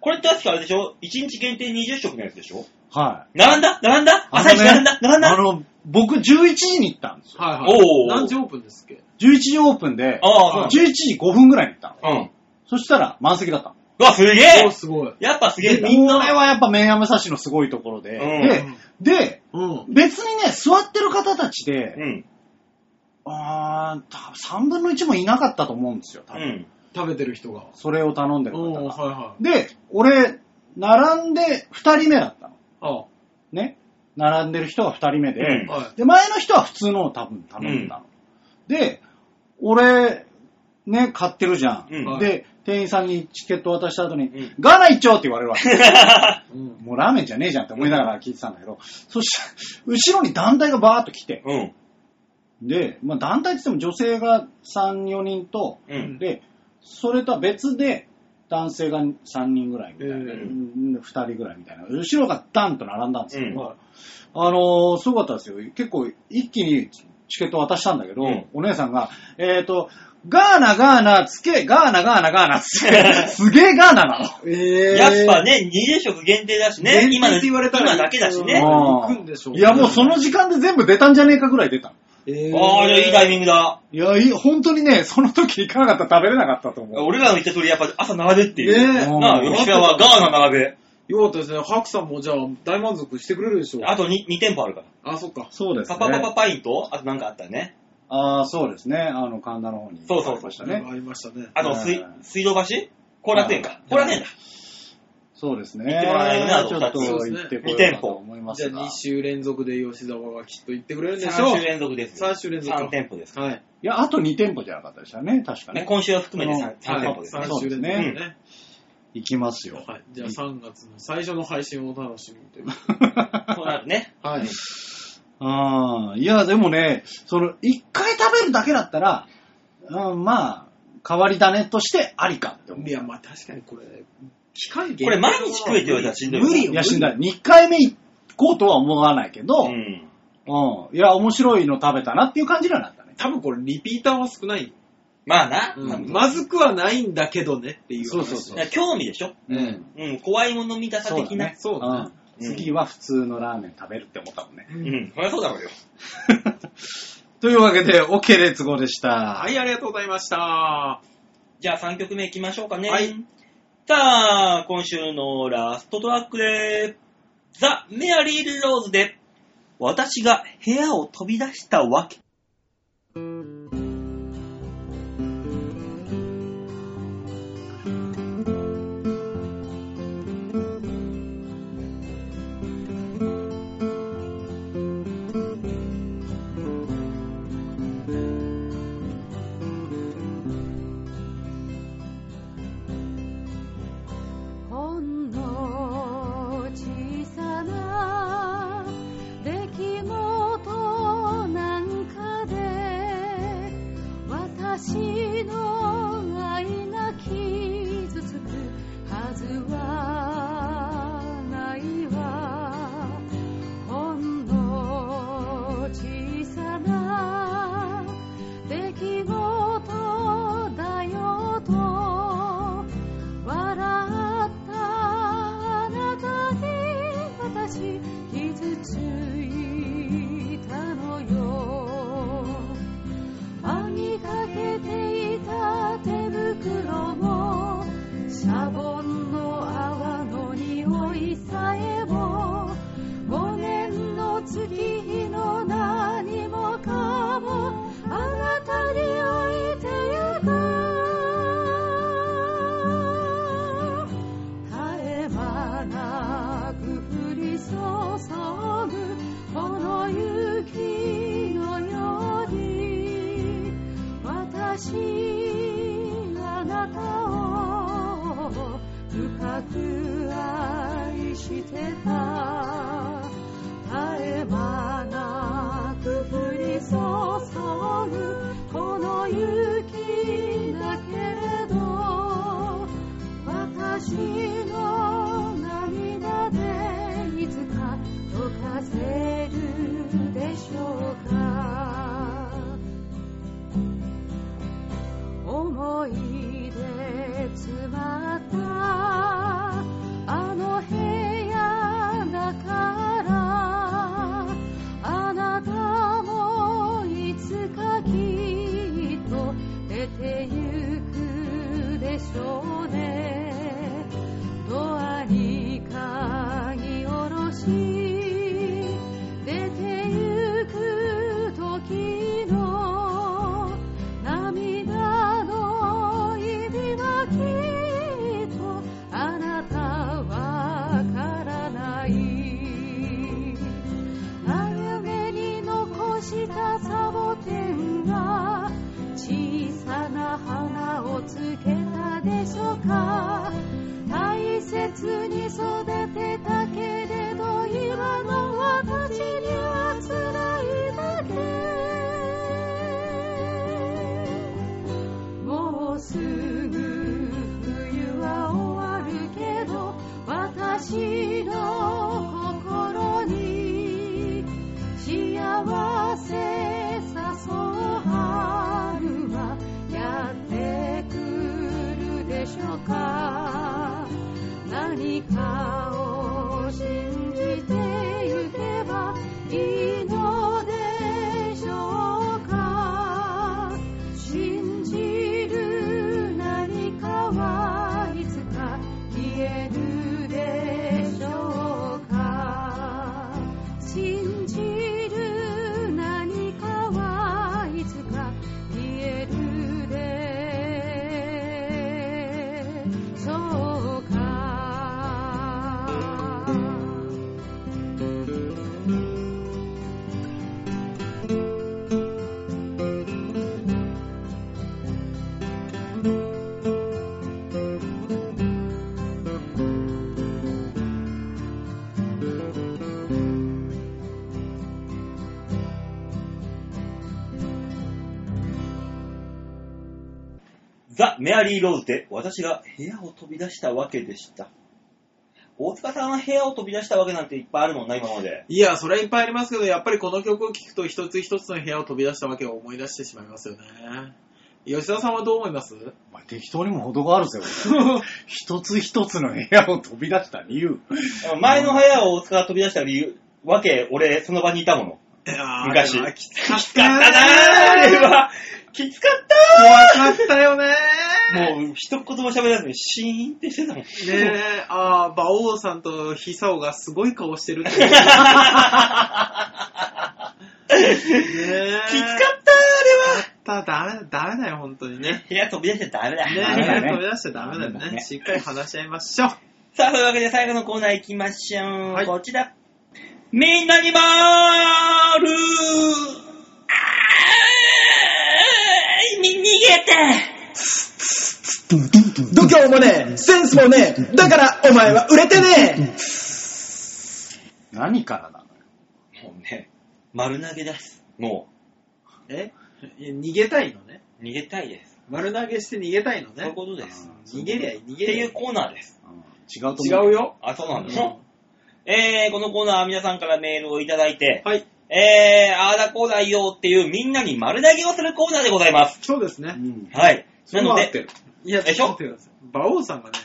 これ確かあれでしょ ?1 日限定20食のやつでしょはい。並んだ並んだ朝一並んだ並んあだの、僕11時に行ったんです よ。はいはい。おー何時オープンですっけ11時オープンで、ああ、 11時5分ぐらいに行ったの。そう。うん。そしたら満席だったの。うわ、すげおえーすごい。やっぱすげえんだ。みんな。これはやっぱ麺屋武蔵のすごいところで、うで、で、うん。別にね、座ってる方たちで、うん。あー、多分3分の1もいなかったと思うんですよ、多う分。ん。食べてる人が。それを頼んでるうん、は方いが。はい。で、俺、並んで2人目だったあの。ね。並んでる人が2人目で、うんはで、前の人は普通のを多分頼んだの。で、俺、ね、買ってるじゃん。うんで、店員さんにチケット渡した後うに、んガーナ一丁って言われるわけ。 い。うん。もうラーメンじゃねえじゃんって思いながら聞いてたん だけど、そしたら、後ろに団体がバーっと来て、うん。で、まあ、団体って言っても女性が3、4人と、うん。で、それとは別で、男性が3人ぐらいみたいな、ええ2人ぐらいみたいな、後ろがダンと並んだんですよ。うんあのーすごかったですよ。結構一気にチケット渡したんだけど、うんお姉さんが、えっ、と、ガーナ、ガーナ、つけ、ガーナ、ガーナ、ガーナ、つ け、すげえガーナなの。えー、やっぱね、20食限定だしね。限定今っての言われたら今だけだしね。うん行くんでしょいや、もうその時間で全部出たんじゃねえかぐらい出たの。えー、ああ、じゃあいいタイミングだ。いや、いい本当にね、その時行かなかったら食べれなかったと思う。俺らの言った通り、やっぱ朝並べっていねう。えなあ、吉田はガーナ並べ。よかったですね。ハクさんもじゃあ大満足してくれるでしょう。あと 2, 2店舗あるから。あ、そっか。そうですパね。パパパパインと、あとなんかあったよね。ああ、そうですね。あの、神田の方に。そうそうそうましたね。ありましたね。あと水うん、水道橋後楽園か。後楽園だ。そうですね。行ってもらえるなとちょっと行ってこようかと思いまじゃすあが。 2週連続で吉沢がきっと行ってくれるんでしょう。 3週連続です。三週連続3店舗ですか。はい。いや、あと2店舗じゃなかったでしたね。確からね、ね。今週は含めて 3, はい店舗ですね。三週連続そうねです行きますよ。はい。じゃあ3月の最初の配信をお楽しみにという。 そうなるね。はい。ああ、いや、でもね、その、一回食べるだけだったら、うん、まあ、代わり種としてありかって思う。いや、まあ確かにこれ、期間限定。これ毎日食えって言われたらしんどいよ無理よ。いや、しんどい。2回目行こうとは思わないけうど、うん、ん。いや、面白いの食べたなっていう感じにはなったね。多分これリピーターは少ない。まあな。う多ん分まずくはないんだけどねっていう話。そうそうそういや興味でしょうん。うん、怖いもの見たさそうだ的な。ね。そうだねうん次は普通のラーメン食べるって思ったもんね。 うん、そりゃそうだろうよ。というわけで、OK レッツゴーでした。はい、ありがとうございました。じゃあ3曲目いきましょうかね。はいさあ、今週のラストトラックで、ザ・メアリー・ローズで、私が部屋を飛び出したわけ。ほんの小さな出来事なんかで私の愛が傷つくはずはないわほんの小さな出来事だよと笑ったあなたに私傷ついたのよあみかけていた手袋もシャボンの泡の匂いさえも5年の月日の何もかもあなたに置いてゆく絶え間なく降り注ぐこの雪のように私あなたを深く愛してた絶え間なく降り注ぐこの雪だけれど私の涙でいつか溶かせるでしょうか思い出詰まったあの部屋のか大切に育てたけれど今の私には辛いだけもうすぐ冬は終わるけど私の心に幸せ誘う春はやってくるでしょうか何かを信じてゆけばいいのでしょうか信じる何かはいつか消えるでしょうか信じる何かはいつか消えるでしょうかザ・メアリー・ローズで私が部屋を飛び出したわけでした。大塚さんは部屋を飛び出したわけなんていっぱいあるもんな、今まで。いや、それはいっぱいありますけど、やっぱりこの曲を聴くと一つ一つの部屋を飛び出したわけを思い出してしまいますよね。吉田さんはどう思いますお前適当にも程があるぜ、俺一つ一つの部屋を飛び出した理由。前の部屋を大塚が飛び出した理由、わけ、俺、その場にいたもの。昔いやーきつかっきつかったなー、あれは。きつかった怖かったよねー。もう、一言も喋らずに、シーンってしてたもん。ねえ、ああ、馬王さんと久男がすごい顔してるっていう。ねきえ。つかったー、あただめ、ダメだよ、本当にれはね。。部屋飛び出しちゃダメだ。ねダメだね飛び出しちゃダメだよダメだね。ねしっかり話し合いましょう。さあ、というわけで最後のコーナー行きましょう。はいこちら。みんなにまーるあーみ逃げて度胸もねえ、センスもねえ、だからお前は売れてねえ。何からなのよ。もうね、丸投げです。もえいや逃げたいのね。う、逃げたいです。丸投げして逃げたいのそういうね。ことです。逃げりゃいい、逃ってげりゃい。いいうコーナーです。うん違うと思う。違うよ。あ、そうなんでうす、んえー、このコーナーは皆さんからメールをいただいて、はい。えー、あーだこうだよっていうみんなに丸投げをするコーナーでございます。そうですね。うん。はい。そなれはの合ってで、る。いや、でしちょょっと待ってください。馬王さんがね、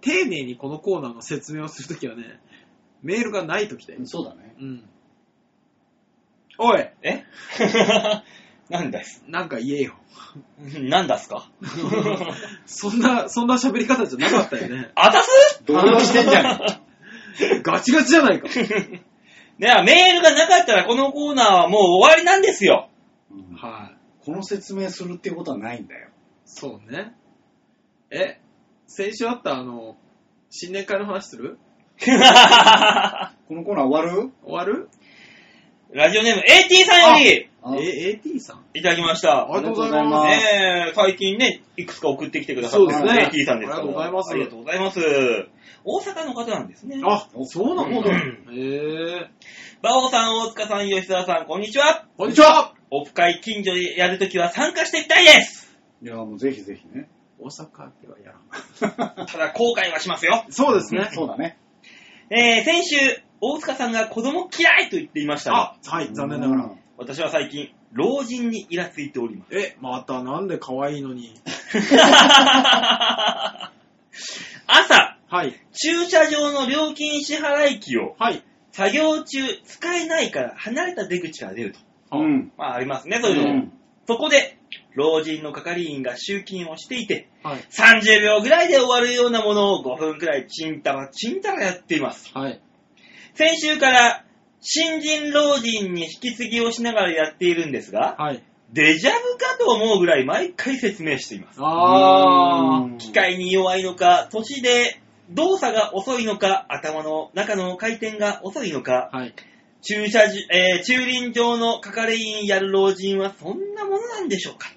丁寧にこのコーナーの説明をするときはね、メールがないときだよ。そうだね。うん。おい、え なんですなんか言えよ。なんだっすか。そんな、そんな喋り方じゃなかったよね あたす どうしてんじゃん。ガチガチじゃないか。では、メールがなかったらこのコーナーはもう終わりなんですよ。 うんはい。この説明するっていうことはないんだよ。そうね。え、先週あったあの、新年会の話するラこのコーナー終わる終わるジオネーム AT さんよりあえ、AT さんいただきました。りがとうございますあねえ、最近ね、いくつか送ってきてくださっそうたですのね。 AT さんですあけりがとうどございます。ありがとうございます。大阪の方なんですね。あ、そうなのうへんえ。馬王さん、大塚さん、吉沢さん、こんにちは。こんにちはオフ会近所でやるときは参加していきたいです。いや、もうぜひぜひね。大阪ではやらん。ただ、後悔はしますよ。そうですね。そうだね。えー、先週、大塚さんが子供嫌いと言っていましたが、あ、はい、残念ながら。私は最近、老人にイラついております。え、またなんで可愛いのに。 朝、はい、駐車場の料金支払い機をはい。作業中使えないから離れた出口から出ると。うん。うん。まあありますね、そうういうのも。ん。そこで、老人の係員が集金をしていて、はい、 30秒ぐらいで終わるようなものを5分くらいチンタラチンタラやっています。はい。先週から新人老人に引き継ぎをしながらやっているんですが、はい。デジャブかと思うぐらい毎回説明しています。あー。機械に弱いのか、年で動作が遅いのか、頭の中の回転が遅いのか、はい。駐車じ、えー駐輪場の係員やる老人はそんなものなんでしょうか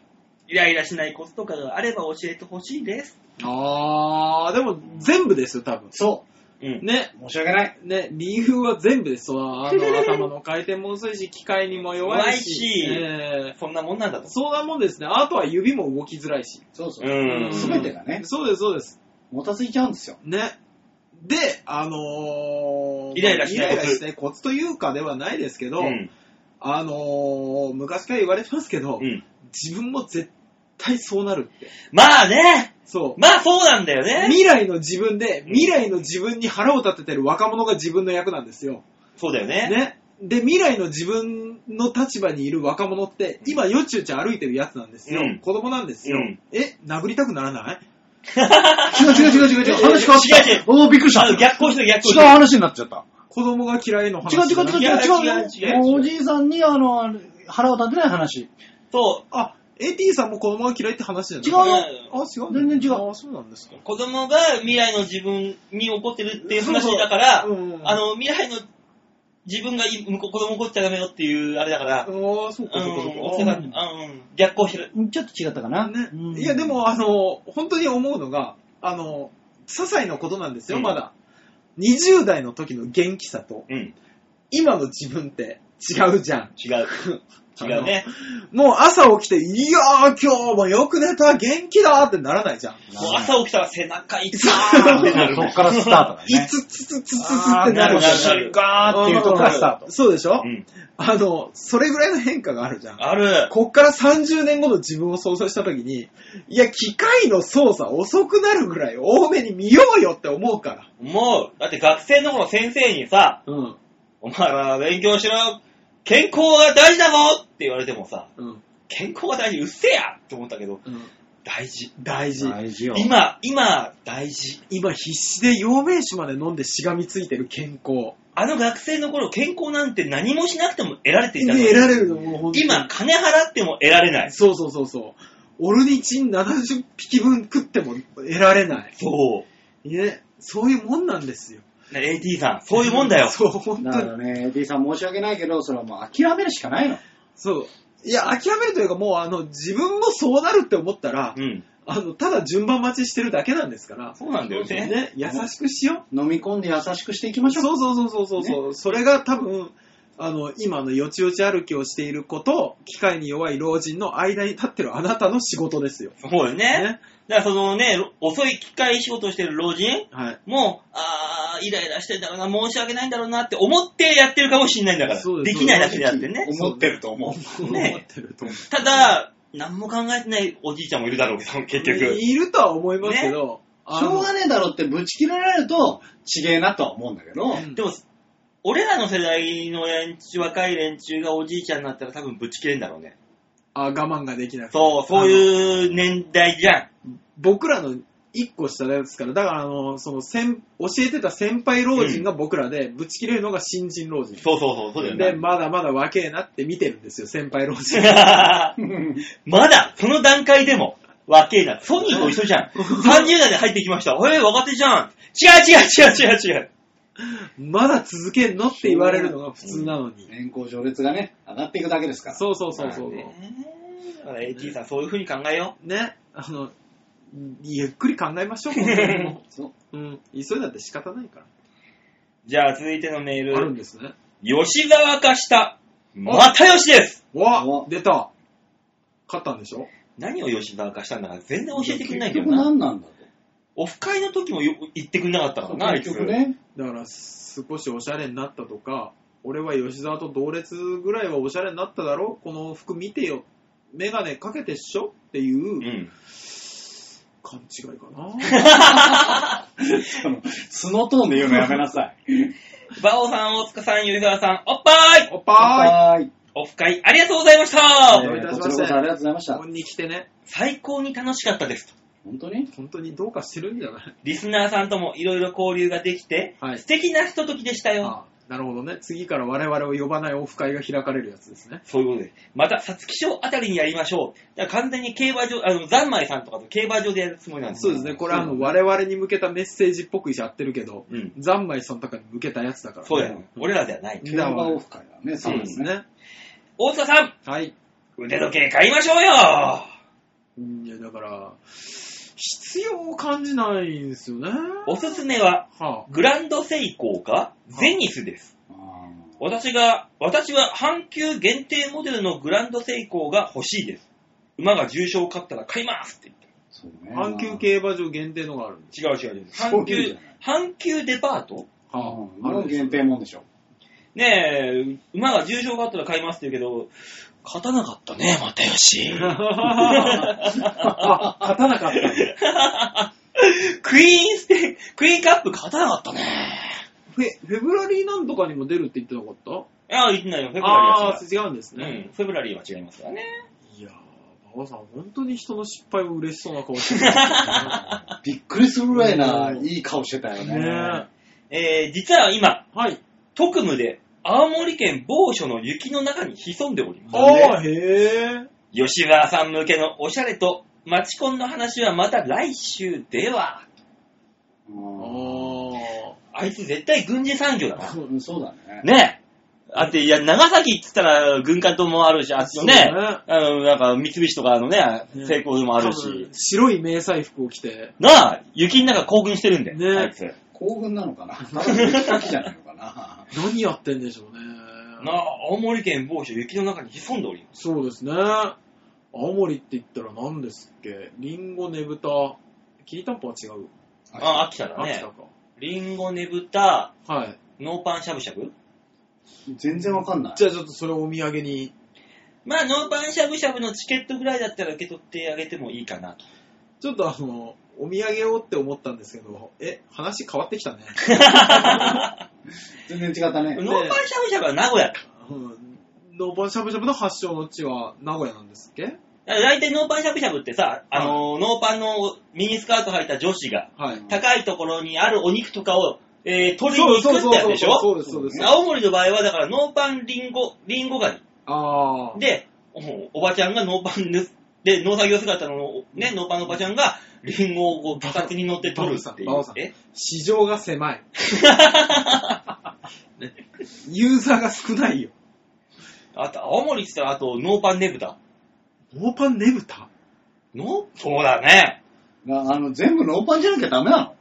イライラしないコツとかがあれば教えてほしいです。あー、でも全部ですよ、多分。そうん。ね。う。申し訳ない。ね、理由は全部です。そのあの頭の回転も薄いし、機械にも弱いし。弱いしええそんなもんなんだと。そんなもんですね。あとは指も動きづらいし。そうそうう。ん。すべてがねそうです、そうです。もたついちゃうんですよ。ね。で、あのーイライラしないコツイライラしないコツというかではないですけど、うん。あのー昔から言われてますけど、うん。自分も絶対そうなるって。まあね。そう。まあそうなんだよね。未来の自分で、未来の自分に腹を立ててる若者が自分の役なんですよ。そうだよね。ね。で、未来の自分の立場にいる若者って、今、よちよち歩いてるやつなんですよ。うん子供なんですよ。うんえ、殴りたくならない違う違う違う違う違う。話変わった。違う違うおー、びっくりした。あ違逆行してる逆行しうてる。話になっちゃった。子供が嫌いの話違う違うい違やう違うよ違う違う違うおじいさんに、あの、腹を立てない話。そあ、AT さんも子供が嫌いって話じう。ゃない違うよあ、違う全然違うあ、そうなんですか。子供が未来の自分に怒ってるっていう話だから、そうそううんうんあの、未来の自分がい向こう子供怒っちゃダメよっていうあれだから、ああ、そううか、ん、そうか、おそ世うか話にうん、逆行してる。うんちょっと違ったかあな。うんね。いや、で、も、あの、本当に思うのが、あの、些細なことなんですよ、うんまだ。20代の時の元気さと、うん、今の自分って違うじゃん。違う。違うね。もう朝起きて、いやー、今日もよく寝た、元気だーってならないじゃん。もう朝起きたら背中痛いあーそっからスタートだね。いつつつつつつってあなるーなるなるし。ガーっていうとこからスタート。そうでしょ、うん、あの、それぐらいの変化があるじゃん。ある。こっから30年後の自分を操作した時に、いや、機械の操作遅くなるぐらい多めに見ようよって思うかもう、だって学生の頃先生にさ、ら。うん。お前ら勉強しろよ健康が大事だぞって言われてもさ、うん。健康が大事、うっせえやって思ったけど、大事。大事。大事よ。今、今、大事。今必死で陽明酒まで飲んでしがみついてる健康。あの学生の頃、健康なんて何もしなくても得られていたのに得られるのもう本当に今、金払っても得られない。そうそうそうそう。オルニチン70匹分食っても得られない。そう。ね。そういうもんなんですよ。ね AT さん、そういうもんだよ。 そう、本だ当かにら。ね、D さん申し訳ないけど、それはもう諦めるしかないの。そう。いや、諦めるというか、もう、あの、自分もそうなるって思ったら、うん。あの、ただ順番待ちしてるだけなんですから、そうなんだよね。ね、優しくしよ飲み込んで優しくしていきう。ましょう。そうそうそうそうそうそう、それが多分、あの、今のよちよち歩きをしている子と、機械に弱い老人の間に立ってるあなたの仕事ですよ。そうよねね。だからそのね、遅い機械仕事をしてる老人はい。もう、あー、イライラしてんだろうな、申し訳ないんだろうなって思ってやってるかもしれないんだから。そうでですきないだけであってね。思ってると思う。ね思ってると思う。ただ、何も考えてないおじいちゃんもいるだろうけど、結局。いるとは思いますけど、あしのょうがねえだろってぶち切られると、ちげえなとは思うんだけど、うんでも、俺らの世代の連中、若い連中がおじいちゃんになったら多分ぶち切れんだろうね。あ我慢ができなくて。そう、そういう年代じゃん。僕らの一個下ですから、だから、あの、その、先教えてた先輩老人が僕らで、ぶち切れるのが新人老人。そうそうそう、そうだよで、ね。まだまだ若えなって見てるんですよ、先輩 老人。まだ、その段階でも、若えな。ソニーと一緒じゃん。30代で入ってきま した。えー、若手じゃん。違う違う違う違う違う。まだ続けんのって言われるのが普通なのに。年功序列がね、上がっていくだけですから。そうそうそうそう。ねだから AT さん、そういう風に考えよね、あの、ゆっくり考えましょう、本当にもそう。ううん、急いだって仕方ないから。う。じゃあ、続いてのメーあるんル。ですね。吉沢かした、又吉です。わお出た勝ったんでしょ何を吉沢かしたんだか全然教えてくれないけ結ど局な。何なんだオフ会の時もよ言ってくれなかったかと。らな、あい結つ。。局ね、だから、少しおしゃれになったとか、俺は吉沢と同列ぐらいはおしゃれになっただろこの服見てよ。メガネかけてっしょっていううん勘違いかな。その、スノトーンで言うのやめなさい。バオさん、大塚さん、吉沢さん、おっぱーいおっぱい。オフ会ありがとうございました、ねえーこちらこそありがとうございましーいたここ。に来てね、最高に楽しかったですと。本当に本当にどうかしてるんじゃないリスナーさんともいろいろ交流ができて、はい素敵なひとときでしたよ。あなるほどね。次から我々を呼ばないオフ会が開かれるやつですね。そういうことです。また、皐月賞あたりにやりましょう。だから完全に競馬場、あの、ザンマイさんとかと競馬場でやるつもりなんです。そうですね。これはあの我々に向けたメッセージっぽくやってるけど、うんざんまいさんとかに向けたやつだから。そうだよ。俺らではない。競馬オフ会だね、そそううでですすね。ね。大塚さん、はい。腕時計買いましょうようんいや、だから、必要を感じないんですよね。おすすめは、はグランドセイコーか、ゼニスです。私が、私は阪急限定モデルのグランドセイコーが欲しいです。馬が重賞を勝ったら買いますって言って。そうあ、ね阪急競馬場限定のがあるんです。違う違う違う。そ阪ういうん急じゃない、阪急デパートあはあ、あの限定もんでしょ。ねえ、馬が重賞があったら買いますって言うけど、勝たなかったね、又 吉。あ、勝たなかったんだ。クイーンステ、クイーンカップ勝たなかったね。フェ、フェブラリーなんとかにも出るって言ってなかったいや、言ってないよ。フェブラああリーは違う。ー、違うんですね。うん、フェブラリーは違いますからね。いやー、馬場さん、本当に人の失敗を嬉しそうな顔してるんですびっくりするぐらいな、うんいい顔してたよよね。ね。えー、実は今、はい。特務で青森県某所の雪の中に潜んでおります。ああ、へえ。吉川さん向けのおしゃれとマチコンの話はまた来週では。あうあ。あいつ絶対軍事産業だな。ん そうだね。ねえ。だって、いや、長崎っつったら軍艦島もあるし、あっちのね、そうねあの、なんか三菱とかのね、ね成功もある多分し。白い迷彩服を着て。なあ、雪の中興奮してるんで、ねあいつ。興奮なの かな。ただの雪かきじゃないのかな。何やってんでしょうね。なあ、青森県某所雪の中に潜んでおります。そうですね。青森って言ったら何ですっけリンゴ、ねぶた。きりたんぽは違う。あ、秋田だ秋ね田。リンゴねぶた、か。はい。ノーパンしゃぶしゃぶ全然わかんない。じゃあちょっとそれをお土産に。まあ、ノーパンしゃぶしゃぶのチケットぐらいだったら受け取ってあげてもいいかなと。ちょっとあの、お土産をって思ったんですけど、え、話変わって きたね。全然違ったね。ノーパンしゃぶしゃぶは名古屋か。うん。ノーパンしゃぶしゃぶの発祥の地は名古屋なんですっけだいたいノーパンしゃぶしゃぶってさ、あのー、ノーパンのミニスカート履いた女子が、はい。高いところにあるお肉とかを、えー、取りに行くってやつでしょそうそうそうそうそうです、そうです。青森の場合は、だから、ノーパンリンゴ、リンゴ狩ああり。。で、おおばちゃんがノーパンぬで、農作業姿の、ね、ノーパンのおばちゃんが、リンゴをこう、部活に乗って取るっていバうオさ。んえ市場が 狭い。ユーザーが少な いよ。あと、青森って言ったら、あと、ノーパンねぶた。ノーパンねぶたノーそうだね。なあの、全部ノーパンじゃなきゃダメなだ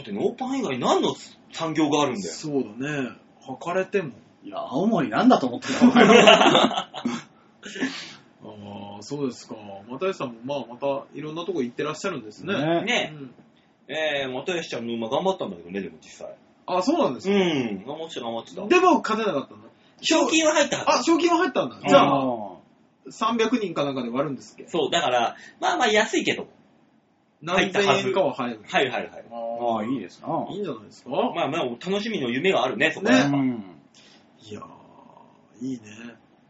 って、ノーパン以外何の産業があるんだ よ。そうだね。履かれても。のいや、青森なんだと思ってた のああ、そうですか。又吉さんも、まあ、またいろんなとこ行ってらっしゃるんですね。ねうねん、えー、又吉ちゃんの馬頑張ったんだけどね、でも実際。あそうなんですうか。ん、頑張ってた、頑張ってた。でも、勝てなかったんだ。賞金は入ったはず。あ、賞金は入ったんだ。うんじゃあ、あ300人かなんかで割るんですっけそう、だから、まあまあ安いけど。入何った千はず円かは入る。はいはいはい。ああ、いいですな。いいんじゃないですか。まあまあ、楽しみの夢があるね、そこはねやっぱうんいやー、いいね。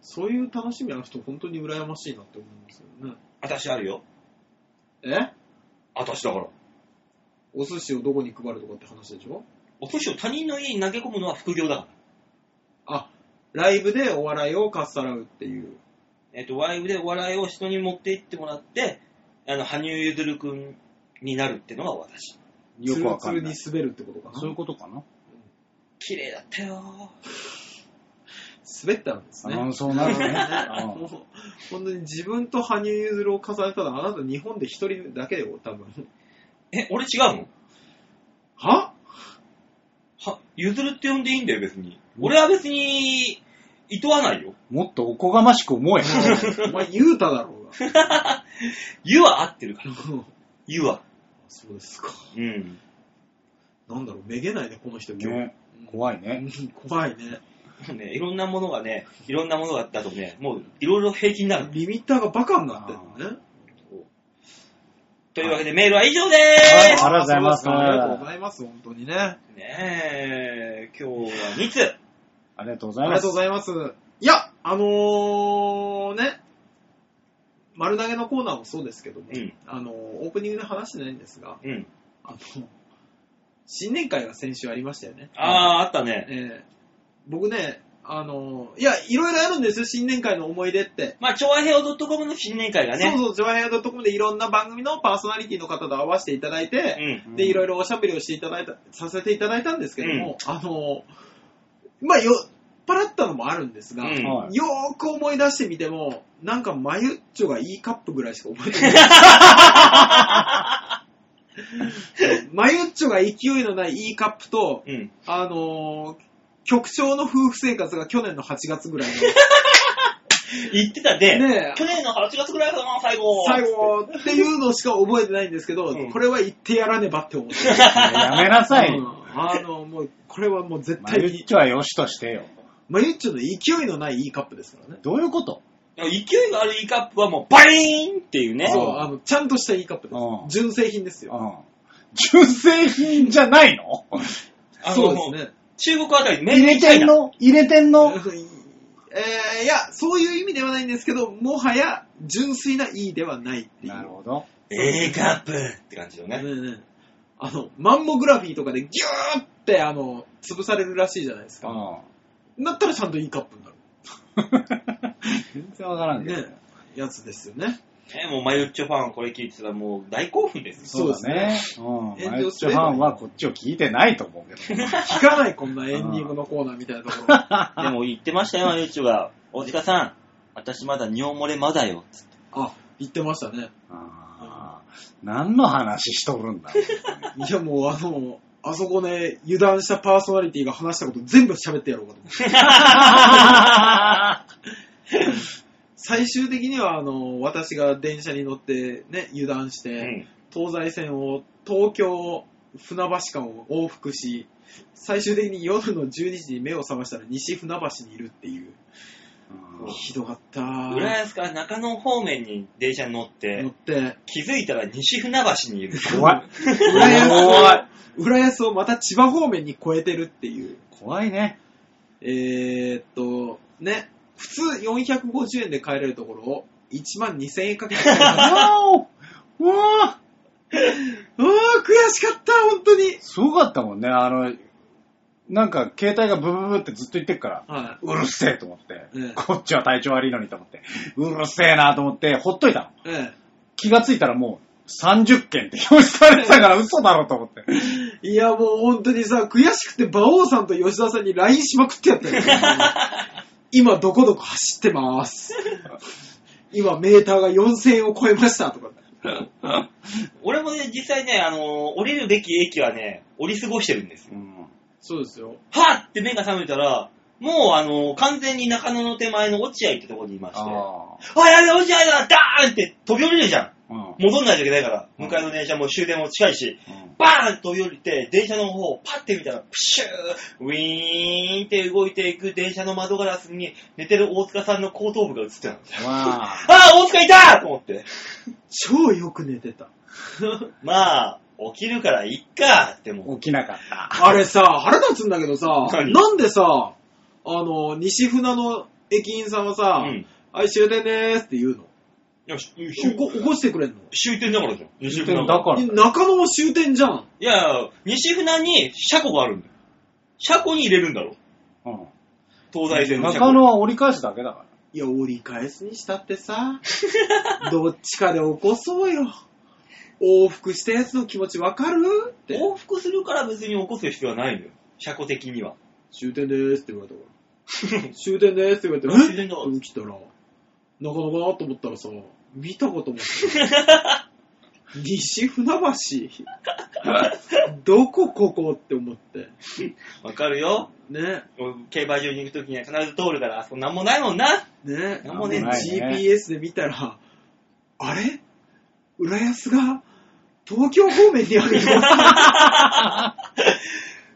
そういう楽しみある人、本当に羨ましいなって思いますよね。私あるよ。え私だから。お寿司をどこに配るとかって話でしょお寿司を他人の家に投げ込むのは副業だから。あ、ライブでお笑いをかっさらうっていう。えっ、と、ワイブでお笑いを人に持って行ってもらって、あの、羽生結弦くんになるってのが私。よくわかんない。ツルツルに滑るってことかな。そういうことかな。綺麗だったよ滑ったんですね。。ああそうなるねもう本当に自分と羽生結弦を重ねたら、あなた日本で一人だけよ、多分。え、俺違うのはは、ゆずるって呼んでいいんだよ、別に。俺は別に、いとわないよ。うんもっとおこがましく思え。お前、ユータだろうが。湯は合ってるから。湯は。 そうですか。うん。なんだろう、めげないね、この人。 ねうん怖いね。うん怖いね。ね、いろんなものがね、いろんなものがあったとね、もういろいろ平気になる。リミッターがバカになってるのね。というわけでメールは以上ではいーす、ありがとうございますそうでかありがとうございます、本当にね。ねえ、今日は2つ。ありがとうごあざいりまがすとう。ございます。いや、あのー、ね、丸投げのコーナーもそうですけども、うんあのーオープニングで話してないんですが、うん。あの、新年会が先週ありましたよね。あー、あったね。えー僕ね、あのー、いや、いろいろあるんですよ、新年会の思い出って。まあ、超和平洋 .com の新年会がね。そうそう、ジョアヘアドットコムでいろんな番組のパーソナリティの方と会わせていただいて、うん。で、いろいろおしゃべりをしていただいた、させていただいたんですけども、あの、まあ、酔っ払ったのもあるんですが、うんよはいーく思い出してみても、なんかマユッチョがいいカップぐらいしか覚えてない。マユッチョが勢いのない E カップと、うん。あのー局長の夫婦生活が去年の8月ぐらいの。言ってたで、ねえ去年の8月ぐらいかな、最後。最後っていうのしか覚えてないんですけど、うんこれは言ってやらねばって思って。やめなさい。うんあの、もう、これはもう絶マ対ユッに、チョは良しとしてよ。マユッチョの勢いのない E カップですからね。どういうこと勢いがある E カップはもうバリーンっていうね。そう、あの、ちゃんとした E カップですう。ん純正品ですよ。うん。純正品じゃないのあのそうですね。中国あたりメイ入ドイれンチャてイんナの入れてんのえー、いや、そういう意味ではないんですけど、もはや純粋な E ではないっていう。なるほど。 A カップって感じのね。ねえねえあの、マンモグラフィーとかでギューって、あの、潰されるらしいじゃないですうか。ん。なったらちゃんと E カップになる。全然わからんけど。ねえやつですよね。ねもうマユッチョファンはこれ聞いてたらもう大興奮です。そうだね。うですねうん。マユッチョファンはこっちを聞いてないと思うけど。聞かない、こんなエンディングのコーナーみたいなと ころ。でも言ってましたよ、マユッチョが。大塚さん、私まだ尿漏れまだよ。あ、言ってましたね。あー何の話しとるんだろいや、もうあの、あそこね、油断したパーソナリティが話したこと全部喋ってやろうかと思って。最終的には、あの、私が電車に乗ってね、油断して、うん東西線を東京船橋間を往復し最終的に夜の12時に目を覚ましたら西船橋にいるっていうう。ひどかった浦安から中野方面に電車に乗っ、乗ってて気づいたら西船橋にいる。うん怖い。浦安怖いを浦安をまた千葉方面に越えてるっていう怖いね。えー、っとね普通450円で帰れるところを1万2000円かけてうわわおうわー悔しかった本当に、すごかったもんね。あの、なんか携帯がブブブってずっと言ってっから、はうるせえと思って、ええこっちは体調悪いのにと思って、うるせえなと思って、ほっといたの。いえ気がついたらもう30件って表示されてたから嘘だろうと思って。え、いやもう本当にさ悔しくて馬王さんと吉田さんに LINE しまくってやった よ今どこどこ走ってます。今メーターが4000円を超えましたとか。俺もね、実際ね、あのー降りるべき駅はね、降り過ごしてるんですよ。そうですよ。はっって目が覚めたら、もうあのー完全に中野の手前の落合ってとこにいまして、ああやべえ、落合だダーンって飛び降りるじゃん。あ。うん。戻んないといけないから、向かいの電車も終電も近いし、うんバーンと飛び降りて、電車の方をパッて見たら、プシュー、ウィーンって動いていく電車の窓ガラスに寝てる大塚さんの後頭部が映ってたの。わあ。ああ、大塚いたと思って。超よく寝てた。まあ、起きるからいっかって思う。起きなかった。あれさ、腹立つんだけどさ、何なんでさ、あの、西船の駅員さんはさ、うん。はい、終電でーすって言うの。いや、し起こ起こしてくれんの終点だからじゃん。西終船点だから。中野も終点じゃん。いや、西船に車庫があるんだよ。車庫に入れるんだろ。うん東西線の車庫。中野は折り返すだけだかいや、折り返すにしたってさ、 どっちかで起こそうよ。往復したやつの気持ちわかるって。往復するから別に起こす必要はないのよ。車庫的には。終点でーすって言われた から。終点でーすって言われ終て、え点だっ来たら、なかなかなと思ったらさ、見たこともない。 西船橋どこここって思って。わかるよ。ね、俺競馬場に行くときには必ず通るから、あそこなんもないもんな。 ね、なんもねえんだなんもないね GPS で見たら、あれ浦安が東京方面にあるよ。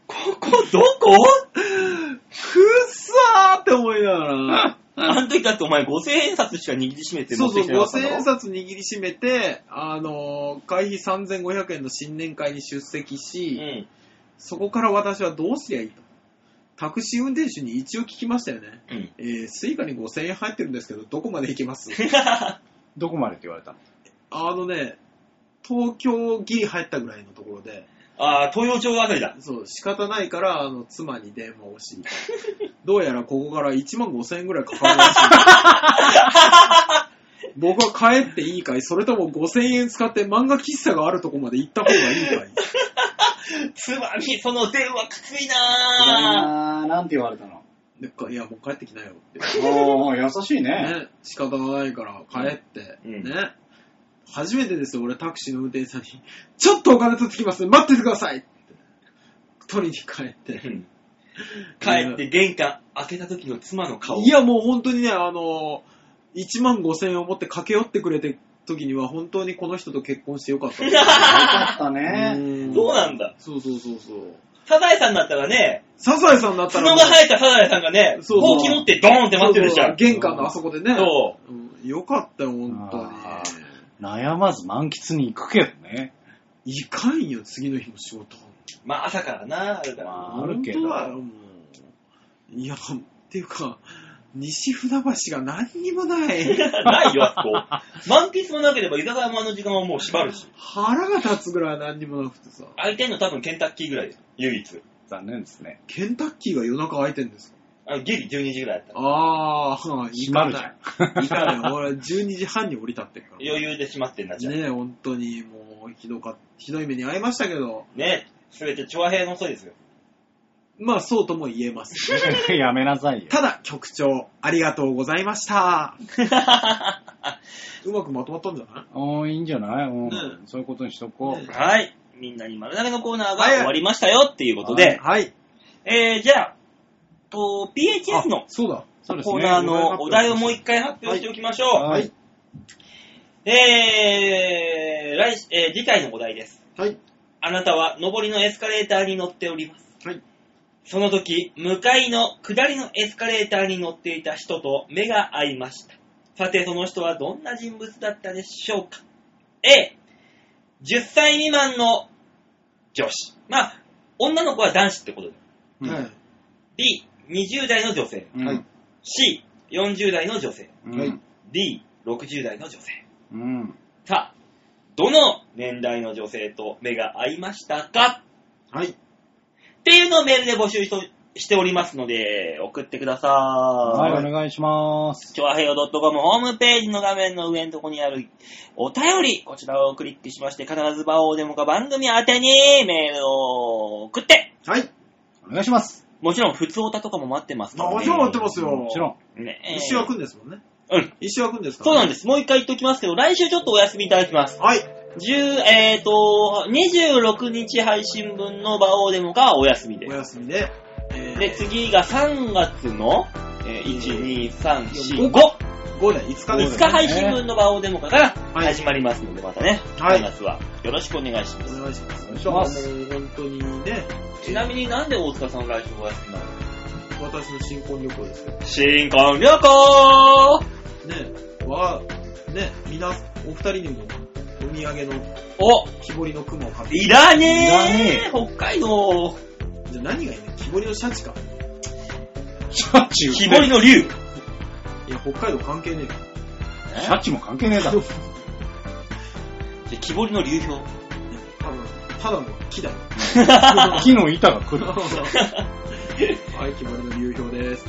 ここどこくっさーって思いながら。あの時だってお前5000円札しか握りしめてそ持うってそう、きてなかったの5000円札握りしめて、あのー会費3500円の新年会に出席し、うん。そこから私はどうすりゃいいと。タクシー運転手に一応聞きましたよね。うん。 えー、スイカに5000円入ってるんですけど、どこまで行けますら。どこまでって言われたのあのね、東京ギリ入ったぐらいのところで、ああ、東洋町あたりだ。そう、仕方ないから、あの、妻に電話をし、 どうやらここから1万5000円ぐらいかかるらしい。僕は帰っていいかいそれとも5000円使って漫画喫茶があるとこまで行った方がいいかいつまみ、その電話きついなあぁ。ー、なんて言われたのでかいや、もう帰ってきなよって。おー、優しいね。ね、仕方がないから帰って、うんね、初めてですよ、俺タクシーの運転手さんに、ちょっとお金とつきます、待っててくださいって取りに帰って。帰って玄関開けた時の妻の顔。いや、もう本当にね、あの、1万5千円を持って駆け寄ってくれて時には、本当にこの人と結婚してよ かった。かったね。うんそうなんだ。そうそうそうそう。サザエさんだったらね、サザエさんだった角らもがう、生えたサザエさんがね、そうそうほうき持ってドーンって待ってるじゃ。そうん玄関のあそこでね。そうんよかったよ、本当にあ。悩まず満喫に行くけどね。いかんよ、次の日も仕事。う。まあ朝からな、あれだから。まああるけど本当だよ、もう。いや、っていうか、西船橋が何に もない。ないよ、あそこ。満喫もなければ居酒屋もあの時間はもう縛るし。腹が立つぐらい何にもなくてさ。空いてんの多分ケンタッキーぐらいだよ唯一。残念ですね。ケンタッキーが夜中開いてんですかあのギリ12時ぐらいだった。あー、はあ、閉まるじゃん。いかない。いかない。俺、12時半に降り立ってるから。余裕で閉まってんな、じゃあ。ねえ、本当に、もう、ひどか、ひどい目に遭いましたけど、ねすべて調和平のせいですよ。まあ、そうとも言えます。 やめなさいよ。ただ、局長、ありがとうござい ました。うまくまとまったんじゃないおーいいんじゃない、うんねそういうことにしとこう。はい。みんなに丸投げのコーナーが終わりましたよっていうことで、はい。えー、じゃあ、と、PHS のあそうだ。そうですねコーナーのお題をもう一回発表しておきましょう。はい。えー、来し、えー次回のお題です。はい。あなたは上りのエスカレーターに乗っております。はい。その時、向かいの下りのエスカレーターに乗っていた人と目が合いました。さて、その人はどんな人物だったでしょうか ?A、10歳未満の女子。まあ、女の子は男子ってことで。うんはい。 B、20代の女性。うんはい C、40代の女性。うんはい D、60代の女性。うん。さあ、どの年代の女性と目が合いましたかはい。っていうのをメールで募集しとしておりますので、送ってくださはい、い。お願いします。チョアヘヨ .com ホームページの画面の上のとこにあるお便り、こちらをクリックしまして、必ず場をデモか番組宛てにメールを送って、はい。お願いします。もちろん、普通オタとかも待ってますまかあ、ら、ね。もちろん待ってますよ。もちろん。ん。ねえ石くんですもんね。うん。石くんですかそうなんんです。もう一回言っておきますけど、来週ちょっとお休みいただきます。はい。 10、えっ、と、26日配信分の馬王デモがお休みでおす。休みで。えで、次が3月の、えー1、2、3、4、5。 5で5日で5す。日配信分の馬王デモからはい始まりますので、またね、はい3月はよろしくお願いします。お願いします。お願いしますもう本当にね、ちなみになんで大塚さん来週お休みなの私の新婚旅行ですけど新婚旅行ね、は、ね、皆、お二人にも、お土産のお、木彫りの雲を買って、いいららねねえ北海道、じゃあ何がいいね木彫りのシャチか。シャチ木彫りの竜。いや、北海道関係ねえよシャチも関係ねえだろ。じゃ木彫りの流氷。多分、ただの 木だよ。木の板が来る。はい、木彫りの流氷です。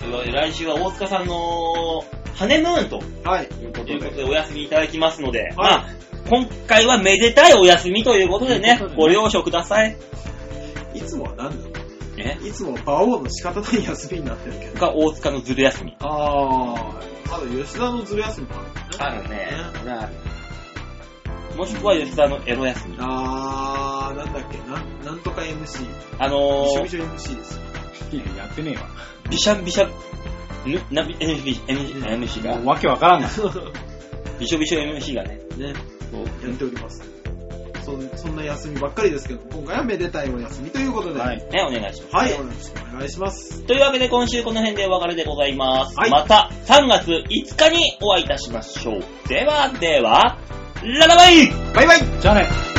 というわけで来週は大塚さんのハネムーンとはい。いうことでお休みいただきますので、まあ、今回はめでたいお休みということでねというこ、とでご了承ください。いつもは何だろえういつもは馬王の仕方ない休みになってるけど。が大塚のずる休み。あー、あと吉田のずる休みもあるね。あるね。もしくは吉田のエロ休み。あー、なんだっけ、なん、なんとか MC。あのびしょーび、しょ MC です。いや、やってねえわ。びしゃびしゃ、ぬなび、MC、MC もうが、わけわからんない。びしょびしょ MC がね、ね。こやっております。そんそんな休みばっかりですけど、今回はめでたいお休みということで。はい。うね、お願いします。はい。よろしくお願いします。というわけで今週この辺でお別れでございます。はいまた3月5日にお会いいたしましょう。ではでは、ララバイバイバイじゃあね。